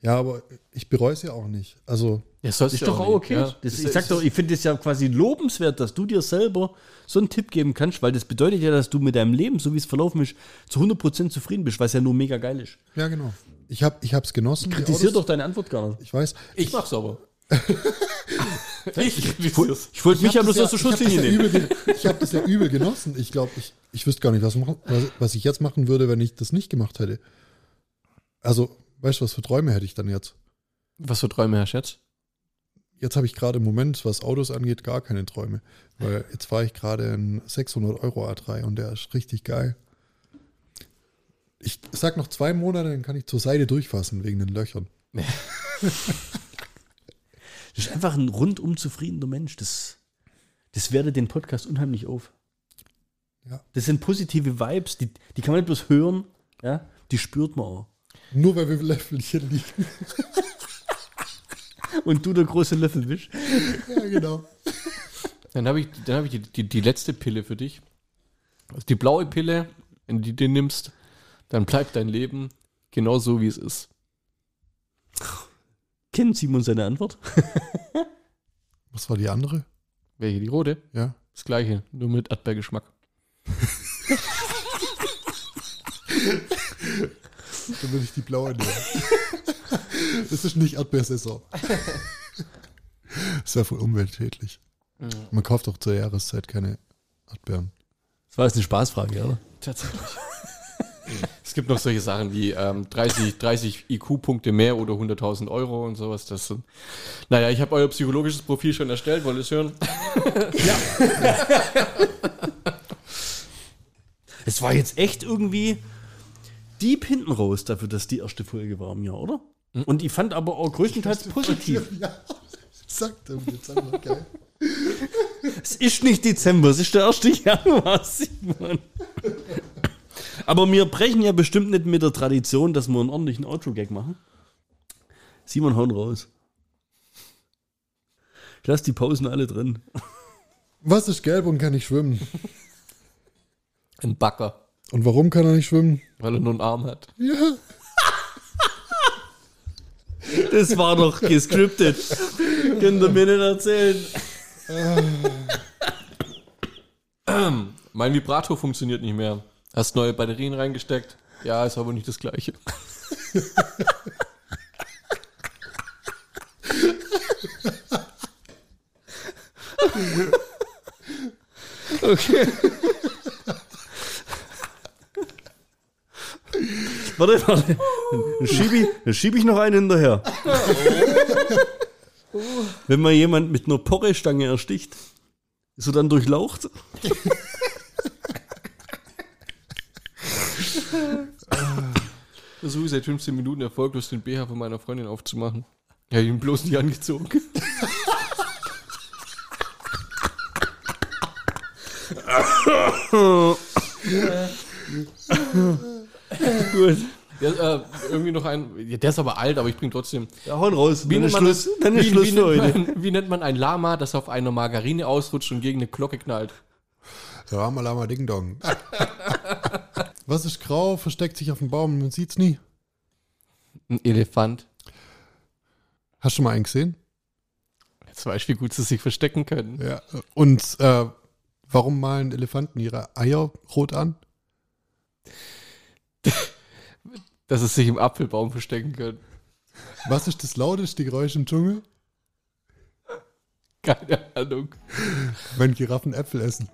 S2: Ja, aber ich bereue es ja auch nicht. Also,
S1: Ja, sollst
S4: ist
S1: du
S4: doch
S1: auch
S4: auch
S1: nicht,
S4: okay.
S1: ja.
S4: Das,
S1: Ist-
S4: ich sag
S1: ist-
S4: doch, ich finde es ja quasi lobenswert, dass du dir selber so einen Tipp geben kannst, weil das bedeutet ja, dass du mit deinem Leben, so wie es verlaufen ist, zu 100% zufrieden bist, was ja nur mega geil ist.
S2: ja, genau. Ich habe ich hab's genossen. die
S4: Kritisier
S2: Autos-
S4: doch deine Antwort gar nicht.
S2: Ich weiß.
S1: Ich mach's aber. ich kritisier's.
S4: Ich wollte mich ja bloß aus der
S2: ich hab das
S4: Schusslinie nehmen.
S2: übel ge- ich habe das ja übel genossen. Ich glaube, ich, ich wüsste gar nicht, was, machen, was, was ich jetzt machen würde, wenn ich das nicht gemacht hätte. Also, weißt du, was für Träume hätte ich dann jetzt?
S1: Was für Träume herrscht jetzt?
S2: Jetzt habe ich gerade im Moment, was Autos angeht, gar keine Träume. Weil jetzt fahre ich gerade einen 600 Euro A3 und der ist richtig geil. Ich sag noch zwei Monate, dann kann ich zur Seite durchfassen wegen den Löchern.
S4: Das ist einfach ein rundum zufriedener Mensch. Das, das wertet den Podcast unheimlich auf.
S2: Ja.
S4: Das sind positive Vibes, die, die kann man nicht bloß hören, ja? die spürt man auch.
S2: Nur weil wir Löffelchen liegen.
S4: Und du der große Löffel bist.
S2: ja, genau.
S1: Dann habe ich, dann hab ich die, die, die letzte Pille für dich. Also die blaue Pille, wenn du die nimmst, dann bleibt dein Leben genau so, wie es ist.
S4: Kennt Simon seine Antwort?
S2: Was war die andere?
S1: Welche? Die rote?
S2: Ja.
S1: Das gleiche, nur mit Erdbeergeschmack.
S2: Dann würde ich die blaue (laughs) nehmen. das ist nicht Erdbeersaison. das wäre voll umweltschädlich. Man kauft doch zur Jahreszeit keine Erdbeeren.
S4: Das war jetzt eine Spaßfrage, oder?
S1: Tatsächlich. (laughs) es gibt noch solche Sachen wie ähm, 30, 30 IQ-Punkte mehr oder 100.000 Euro und sowas. Das sind, naja, ich habe euer psychologisches Profil schon erstellt, wollt ihr es hören?
S4: Es war jetzt echt irgendwie deep hinten raus dafür, dass die erste Folge war im Jahr, oder? Und ich fand aber auch größtenteils positiv.
S2: Ja, sagt er im Dezember, geil.
S4: Es ist nicht Dezember, es ist der 1. Januar, (laughs) Simon. Aber wir brechen ja bestimmt nicht mit der Tradition, dass wir einen ordentlichen Outro-Gag machen. Simon, hauen raus. Ich lasse die Pausen alle drin.
S2: Was ist gelb und kann nicht schwimmen?
S1: Ein Bagger,
S2: Und warum kann er nicht schwimmen?
S1: weil er nur einen Arm hat.
S2: Ja.
S4: Das war doch gescriptet. Könnt ihr mir nicht erzählen.
S1: Mein Vibrator funktioniert nicht mehr. Hast neue Batterien reingesteckt? Ja, ist aber nicht das gleiche.
S4: Okay. Warte, warte. Dann schiebe ich, dann schieb ich noch einen hinterher. Wenn man jemand mit einer Porrestange ersticht, ist er dann durchlaucht?
S1: Versuche seit 15 Minuten erfolglos den BH von meiner Freundin aufzumachen. Ja, ich ihn bloß nicht angezogen.
S4: Gut.
S1: Ja, äh, irgendwie noch ein. Ja, der ist aber alt, aber ich bringe trotzdem.
S4: Ja, hauen raus. Dann
S1: nennt
S4: ist
S1: man
S4: Schluss.
S1: das-
S4: Dann ist
S1: wie,
S4: Schluss
S1: wie,
S4: für
S1: nennt
S4: heute.
S1: man, wie nennt man ein Lama, das auf einer Margarine ausrutscht und gegen eine Glocke knallt?
S2: Rama Lama Ding Dong. Was ist grau, versteckt sich auf dem Baum, man sieht's nie.
S1: Ein Elefant.
S2: Hast du mal einen gesehen?
S1: Zum Beispiel gut, dass sie sich verstecken können.
S2: Ja. Und äh, warum malen Elefanten ihre Eier rot an?
S1: Dass es sich im Apfelbaum verstecken können.
S2: Was ist das lauteste Geräusch im Dschungel?
S1: Keine Ahnung.
S2: Wenn Giraffen Äpfel essen.